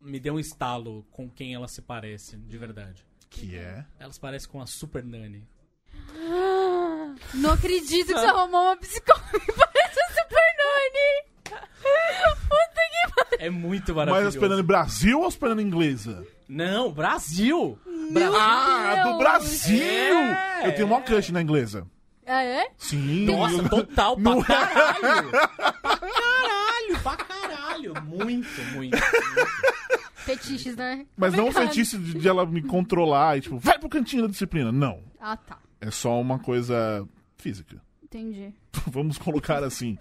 Speaker 2: me deu um estalo com quem elas se parecem, de verdade.
Speaker 3: Que é.
Speaker 2: Elas parecem com a Super Nani.
Speaker 4: Não acredito que você arrumou uma psicóloga que
Speaker 3: <laughs>
Speaker 4: parece a Super Nani. Puta que pariu.
Speaker 2: É muito
Speaker 3: Mas
Speaker 2: maravilhoso.
Speaker 3: esperando em Brasil ou esperando em inglesa?
Speaker 2: Não, Brasil!
Speaker 4: Meu
Speaker 3: Ah,
Speaker 4: Deus.
Speaker 3: do Brasil!
Speaker 2: É.
Speaker 3: Eu tenho mó crush na inglesa.
Speaker 4: Ah, é?
Speaker 3: Sim.
Speaker 2: Nossa, total, pra
Speaker 3: Não é.
Speaker 2: caralho! Pra caralho, pra caralho! Muito, muito.
Speaker 4: Fetiches, né?
Speaker 3: Mas não o
Speaker 4: Obrigada.
Speaker 3: feitiço de, de ela me controlar e tipo, vai pro cantinho da disciplina. Não.
Speaker 4: Ah, tá.
Speaker 3: É só uma coisa física. <laughs>
Speaker 4: Entendi.
Speaker 3: Vamos colocar assim.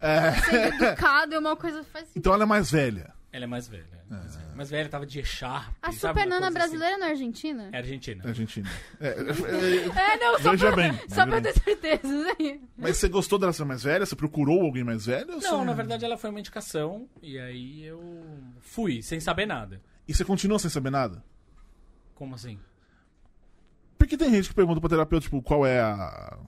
Speaker 3: É,
Speaker 4: Ser educado é uma coisa que faz sentido.
Speaker 3: então ela é mais velha.
Speaker 2: Ela é mais velha. Mais velha, mais velha tava de echarpe.
Speaker 4: A
Speaker 2: sabe,
Speaker 4: Super
Speaker 2: uma
Speaker 4: Nana
Speaker 2: coisa assim.
Speaker 4: brasileira não é argentina?
Speaker 2: É argentina.
Speaker 3: Argentina. É,
Speaker 4: É, não, só
Speaker 3: Veja
Speaker 4: pra,
Speaker 3: bem,
Speaker 4: só pra
Speaker 3: veja
Speaker 4: eu ter certeza. né?
Speaker 3: mas você gostou dela ser mais velha? Você procurou alguém mais velho? ou
Speaker 2: Não,
Speaker 3: você-
Speaker 2: na verdade ela foi uma indicação e aí eu fui, sem saber nada.
Speaker 3: E você continua sem saber nada?
Speaker 2: Como assim?
Speaker 3: Hum. Porque tem gente que pergunta pra terapeuta, tipo, qual é a.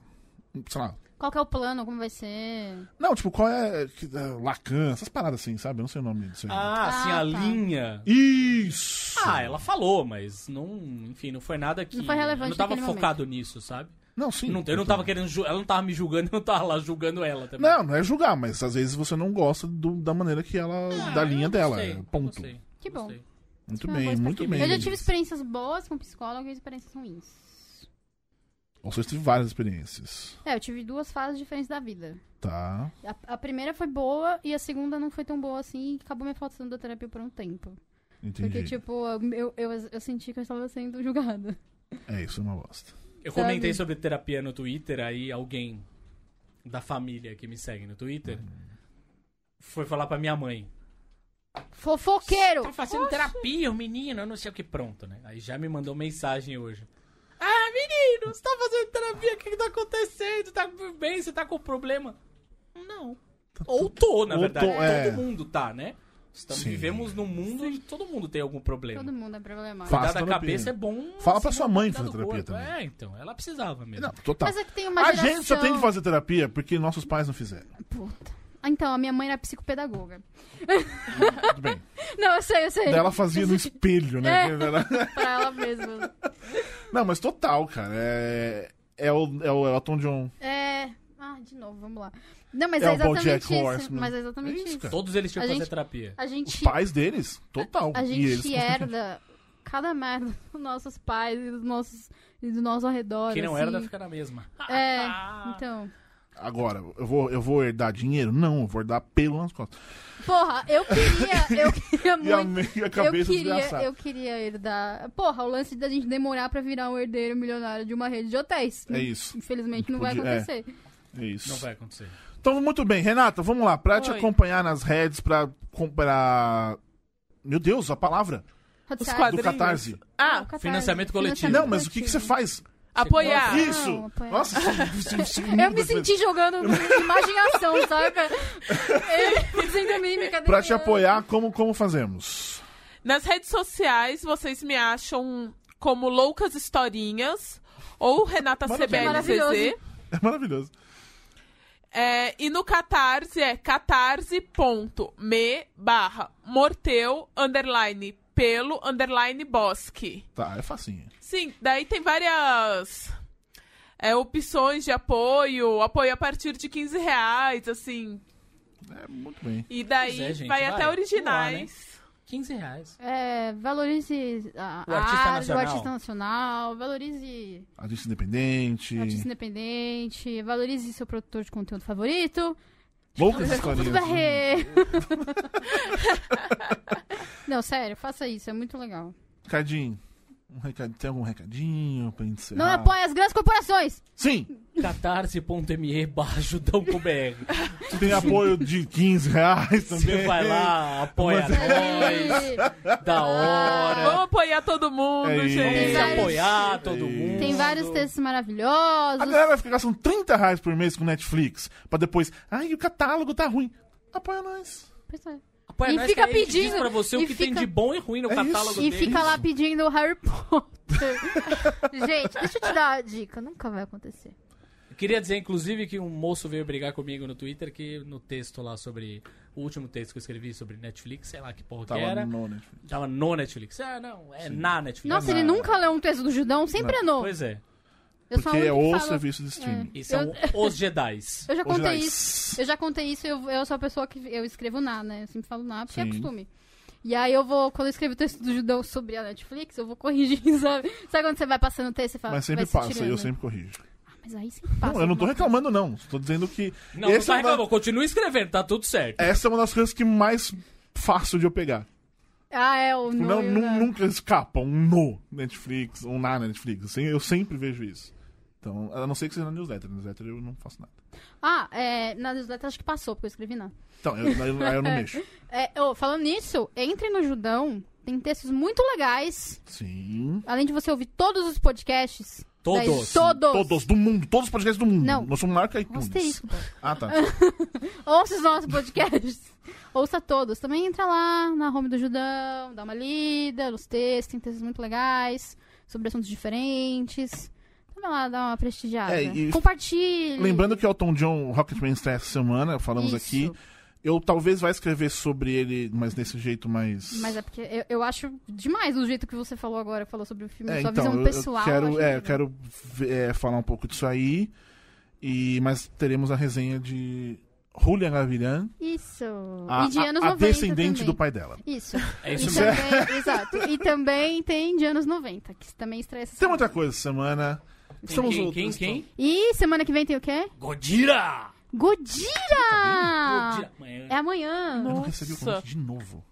Speaker 3: Sei lá.
Speaker 4: Qual que é o plano? Como vai ser?
Speaker 3: Não, tipo, qual é. que- é, Lacan, essas paradas assim, sabe? Eu não sei o nome disso aí.
Speaker 2: Ah, assim,
Speaker 4: Ah,
Speaker 2: a
Speaker 4: tá.
Speaker 2: linha.
Speaker 3: Isso!
Speaker 2: Ah, ela falou, mas não, enfim, não foi nada que
Speaker 4: Não foi relevante
Speaker 2: eu não tava
Speaker 4: naquele
Speaker 2: focado nisso, sabe?
Speaker 3: Não, sim.
Speaker 2: Não, eu não tava querendo, ju- ela não tava me julgando, <laughs> eu não tava lá julgando ela também.
Speaker 3: Não, não é julgar, mas às vezes você não gosta do- da maneira que ela.
Speaker 2: Ah,
Speaker 3: da linha dela.
Speaker 2: Gostei,
Speaker 3: ponto.
Speaker 2: gostei,
Speaker 4: Que bom.
Speaker 2: gostei.
Speaker 3: Muito
Speaker 4: Foi é uma
Speaker 3: bem,
Speaker 4: boa
Speaker 3: muito bem.
Speaker 4: Eu já tive experiências boas com psicólogo e experiências ruins.
Speaker 3: Nossa, eu tive várias experiências.
Speaker 4: É, eu tive duas fases diferentes da vida.
Speaker 3: Tá.
Speaker 4: A, a primeira foi boa e a segunda não foi tão boa assim e acabou me afastando da terapia por um tempo.
Speaker 3: Entendi.
Speaker 4: Porque, tipo, eu, eu, eu senti que eu estava sendo julgada.
Speaker 3: É isso, é uma bosta.
Speaker 2: Eu
Speaker 4: Sabe?
Speaker 2: comentei sobre terapia no Twitter, aí alguém da família que me segue no Twitter foi falar pra minha mãe.
Speaker 4: Fofoqueiro!
Speaker 2: Tá fazendo terapia, o menino, eu não sei o que, pronto, né? Aí já me mandou mensagem hoje. Ah, menino, você tá fazendo terapia, o que que tá acontecendo? Tá bem, você tá com problema? Não. Ou tô, na
Speaker 3: Ou
Speaker 2: verdade.
Speaker 3: tô, é.
Speaker 2: Todo mundo tá, né? Estamos,
Speaker 3: Sim.
Speaker 2: vivemos num mundo onde todo mundo tem algum problema.
Speaker 4: Todo mundo é problemático.
Speaker 3: Fa-
Speaker 2: Cuidar
Speaker 3: Faça
Speaker 2: da
Speaker 3: terapia.
Speaker 2: cabeça é bom.
Speaker 3: Fala pra sua mãe
Speaker 2: cuidar
Speaker 3: fazer
Speaker 2: do
Speaker 3: terapia
Speaker 2: corpo.
Speaker 3: também.
Speaker 2: É, então, ela precisava mesmo.
Speaker 3: Não, total.
Speaker 4: Mas é que tem uma
Speaker 3: Então, A
Speaker 4: geração...
Speaker 3: gente só tem que fazer terapia porque nossos pais não fizeram.
Speaker 4: Puta. Ah, Então, a minha mãe era psicopedagoga. <laughs>
Speaker 3: Tudo bem.
Speaker 4: Não, eu sei, eu sei.
Speaker 3: Ela fazia no espelho,
Speaker 4: É.
Speaker 3: né?
Speaker 4: <laughs> pra ela mesma.
Speaker 3: <laughs> Não, mas total, cara. É, é, o, é o Elton John.
Speaker 4: É. Ah, de novo, vamos lá. Não, mas
Speaker 3: É
Speaker 4: é,
Speaker 3: o
Speaker 4: exatamente
Speaker 3: BoJack
Speaker 4: isso.
Speaker 3: Horseman.
Speaker 4: Mas é
Speaker 3: É
Speaker 4: exatamente
Speaker 3: isso,
Speaker 4: isso.
Speaker 3: cara.
Speaker 2: Todos eles tinham
Speaker 4: A
Speaker 2: que fazer
Speaker 4: gente-
Speaker 2: terapia.
Speaker 4: A
Speaker 3: Os
Speaker 4: gente,
Speaker 3: pais deles? Total.
Speaker 4: Tipo, a
Speaker 3: e eles
Speaker 4: gente herda cada merda <laughs> dos nossos pais e dos nossos e do nosso redor.
Speaker 2: Quem não
Speaker 4: assim.
Speaker 2: era deve ficar na mesma.
Speaker 3: um
Speaker 4: É,
Speaker 5: Ah.
Speaker 4: então.
Speaker 3: Agora, eu vou, eu vou herdar dinheiro? Não, eu vou herdar pelo nas costas.
Speaker 4: Porra, eu
Speaker 3: <laughs>
Speaker 4: queria, eu queria
Speaker 3: E a,
Speaker 4: muito.
Speaker 3: meia a
Speaker 4: Eu
Speaker 3: cabeça
Speaker 4: queria,
Speaker 3: desgraçada.
Speaker 4: eu queria herdar. Porra, o lance da gente demorar pra virar um herdeiro milionário de uma rede de hotéis.
Speaker 3: É isso,
Speaker 4: Infelizmente não
Speaker 3: Podia-
Speaker 4: vai acontecer.
Speaker 3: é isso.
Speaker 2: Não vai acontecer.
Speaker 3: Então, muito bem. Renata, vamos lá. Pra te
Speaker 5: Oi.
Speaker 3: acompanhar nas redes, pra comprar... Meu Deus, a palavra
Speaker 4: Hot
Speaker 5: Os
Speaker 4: side.
Speaker 3: do
Speaker 5: quadrinhos.
Speaker 3: Catarse.
Speaker 5: Ah,
Speaker 4: Catarse.
Speaker 2: Financiamento coletivo.
Speaker 4: Tá
Speaker 3: Não, mas o que, que você faz?
Speaker 5: apoiar.
Speaker 4: Ih.
Speaker 3: Isso! é
Speaker 4: apoiar. <laughs>
Speaker 3: Nossa, se- se- se-
Speaker 4: Ah, Eu me senti
Speaker 3: <laughs>
Speaker 4: jogando imaginação, sabe? <laughs> Eu fazendo mímica.
Speaker 3: Pra te apoiar, como, como fazemos?
Speaker 5: Nas redes sociais, vocês me acham como Loucas Historinhas ou Renata CBLCZ.
Speaker 4: Maravilhoso.
Speaker 3: É maravilhoso.
Speaker 5: É, e no Catarse é catarse.me barra morteu underline pelo underline bosque.
Speaker 3: Tá, é facinho.
Speaker 5: Sim, daí tem várias é, opções de apoio, apoio a partir de 15 reais, assim.
Speaker 3: É, muito bem.
Speaker 5: E daí
Speaker 2: Pois é, gente,
Speaker 5: vai,
Speaker 2: vai,
Speaker 5: até
Speaker 2: vamos lá,
Speaker 5: originais.
Speaker 2: 15 reais.
Speaker 4: É, valorize a
Speaker 2: O artista
Speaker 4: a arte, o
Speaker 2: nacional.
Speaker 4: artista nacional, valorize
Speaker 3: Artista independente.
Speaker 4: o artista independente, valorize seu produtor de conteúdo favorito.
Speaker 3: Loucas
Speaker 4: Tudo
Speaker 3: historinhas.
Speaker 4: bem. <laughs> Não, sério, faça isso, é muito legal.
Speaker 3: Hum, Recadinho. Um recado, tem algum recadinho pra encerrar?
Speaker 4: Não apoie as grandes corporações!
Speaker 3: Sim,
Speaker 2: catarse.me barra judão com
Speaker 3: <laughs>
Speaker 2: BR.
Speaker 3: tem apoio de 15 reais também.
Speaker 2: Você vai lá, apoia
Speaker 3: é
Speaker 2: nós, da hora.
Speaker 5: Vamos apoiar todo mundo,
Speaker 3: É isso.
Speaker 5: gente.
Speaker 2: Tem que
Speaker 4: vários-
Speaker 2: apoiar todo mundo.
Speaker 4: Tem vários textos
Speaker 3: A
Speaker 4: maravilhosos.
Speaker 3: galera vai ficar gastando 30 reais por mês com Netflix pra depois. Ai, o catálogo tá ruim. Apoia nós.
Speaker 4: Pois é.
Speaker 2: Apoia
Speaker 4: E
Speaker 2: nós,
Speaker 4: fica
Speaker 2: que aí ele
Speaker 4: pedindo,
Speaker 2: Diz pra você
Speaker 4: e
Speaker 2: o que tem
Speaker 4: fica-
Speaker 2: de bom e ruim no
Speaker 3: É
Speaker 2: catálogo
Speaker 3: isso.
Speaker 4: E
Speaker 2: dele.
Speaker 4: fica lá pedindo o Harry Potter. Gente, deixa eu te dar a dica, nunca vai acontecer.
Speaker 2: Queria dizer, inclusive, que um moço veio brigar comigo no Twitter que no texto lá sobre. O último texto que eu escrevi sobre Netflix, sei Tá lá que porra que
Speaker 3: Tava
Speaker 2: era.
Speaker 3: no Netflix.
Speaker 2: Tava no Netflix. Ah, não, é na Netflix.
Speaker 4: Nossa, ele nunca leu um texto do Judão, sempre é no.
Speaker 2: Pois é.
Speaker 4: Eu sou a
Speaker 3: Porque é
Speaker 4: única que
Speaker 3: o
Speaker 4: fala-
Speaker 3: serviço de streaming.
Speaker 2: E são os Jedis.
Speaker 4: Eu já
Speaker 3: Os
Speaker 4: contei
Speaker 3: Jedi.
Speaker 4: isso. Eu já contei isso, eu, eu sou a pessoa que eu escrevo na, né? Eu sempre falo na, porque é
Speaker 3: Sim.
Speaker 4: costume. E aí eu vou, quando eu escrevo o texto do Judão sobre a Netflix, eu vou corrigir, <laughs> sabe? Sabe quando você vai passando o texto e fala.
Speaker 3: Mas
Speaker 4: vai
Speaker 3: sempre
Speaker 4: se
Speaker 3: passa e
Speaker 4: tirando.
Speaker 3: eu sempre corrijo.
Speaker 4: Ah, mas aí sempre passa.
Speaker 3: Não, eu não tô
Speaker 4: alguma coisa.
Speaker 3: reclamando, não. Tô dizendo que.
Speaker 2: Não, não
Speaker 3: esse
Speaker 2: tá
Speaker 3: é uma-
Speaker 2: reclamando. Continua escrevendo, tá tudo certo.
Speaker 3: Essa é uma das coisas que mais fácil de eu pegar.
Speaker 4: Ah, é, o não.
Speaker 3: Não,
Speaker 4: e o
Speaker 3: nu-
Speaker 4: da-
Speaker 3: nunca escapa um no Netflix, um na Netflix. Assim, eu sempre vejo isso. Então, a não ser que seja na newsletter. Na newsletter eu não faço nada.
Speaker 4: Ah, é, na newsletter acho que passou, porque eu escrevi na.
Speaker 3: Então, eu, aí eu- aí eu <laughs> não mexo.
Speaker 4: É, ô, falando nisso, entre no Judão, tem textos muito legais.
Speaker 3: Sim.
Speaker 4: Além de você ouvir todos os podcasts. daí-
Speaker 2: Todos.
Speaker 4: todos.
Speaker 3: Todos do mundo, todos os podcasts do mundo.
Speaker 4: Não.
Speaker 3: Nós somos maior que iTunes.
Speaker 4: Nossa, é isso, pô.
Speaker 3: Ah, tá.
Speaker 4: Ouça os nossos
Speaker 3: <laughs>
Speaker 4: podcasts. Ouça todos. Também entra lá na home do Judão, dá uma lida nos textos, tem textos muito legais, sobre assuntos diferentes. Então vai lá, dá uma prestigiada.
Speaker 3: É, e-
Speaker 4: Compartilhe.
Speaker 3: Lembrando que Elton John, Rocketman está essa semana, falamos
Speaker 4: Isso.
Speaker 3: aqui. Eu talvez vá escrever sobre ele, mas desse jeito mais.
Speaker 4: Mas é porque eu, eu acho demais o jeito que você falou agora, falou sobre o filme,
Speaker 3: É,
Speaker 4: sua
Speaker 3: então, eu-
Speaker 4: visão
Speaker 3: eu,
Speaker 4: pessoal. acho
Speaker 3: quero, é, eu
Speaker 4: incrível.
Speaker 3: quero ver- é, falar um pouco disso aí. E, mas teremos a resenha de Julia Gavilhan,
Speaker 4: Isso.
Speaker 3: a,
Speaker 4: e de
Speaker 3: a-
Speaker 4: anos
Speaker 3: a
Speaker 4: 90
Speaker 3: descendente
Speaker 4: também.
Speaker 3: do pai dela.
Speaker 4: Isso.
Speaker 2: <laughs> É
Speaker 4: E
Speaker 2: isso mesmo.
Speaker 4: também, exato. E também tem de anos 90, que também estreia essa
Speaker 3: Tem
Speaker 4: semana.
Speaker 3: muita coisa essa semana.
Speaker 2: Quem, quem, quem,
Speaker 3: outros-
Speaker 2: quem?
Speaker 4: E semana que vem tem o quê?
Speaker 2: Godira!
Speaker 4: Godira!
Speaker 2: Godira. Amanhã.
Speaker 4: É amanhã.
Speaker 3: Eu não recebi o
Speaker 5: Nossa.
Speaker 3: convite de novo.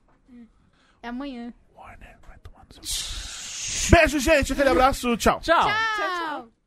Speaker 4: É amanhã.
Speaker 3: Warner vai tomar no seu. Beijo, gente. Aquele abraço. Tchau.
Speaker 2: Tchau.
Speaker 4: Tchau.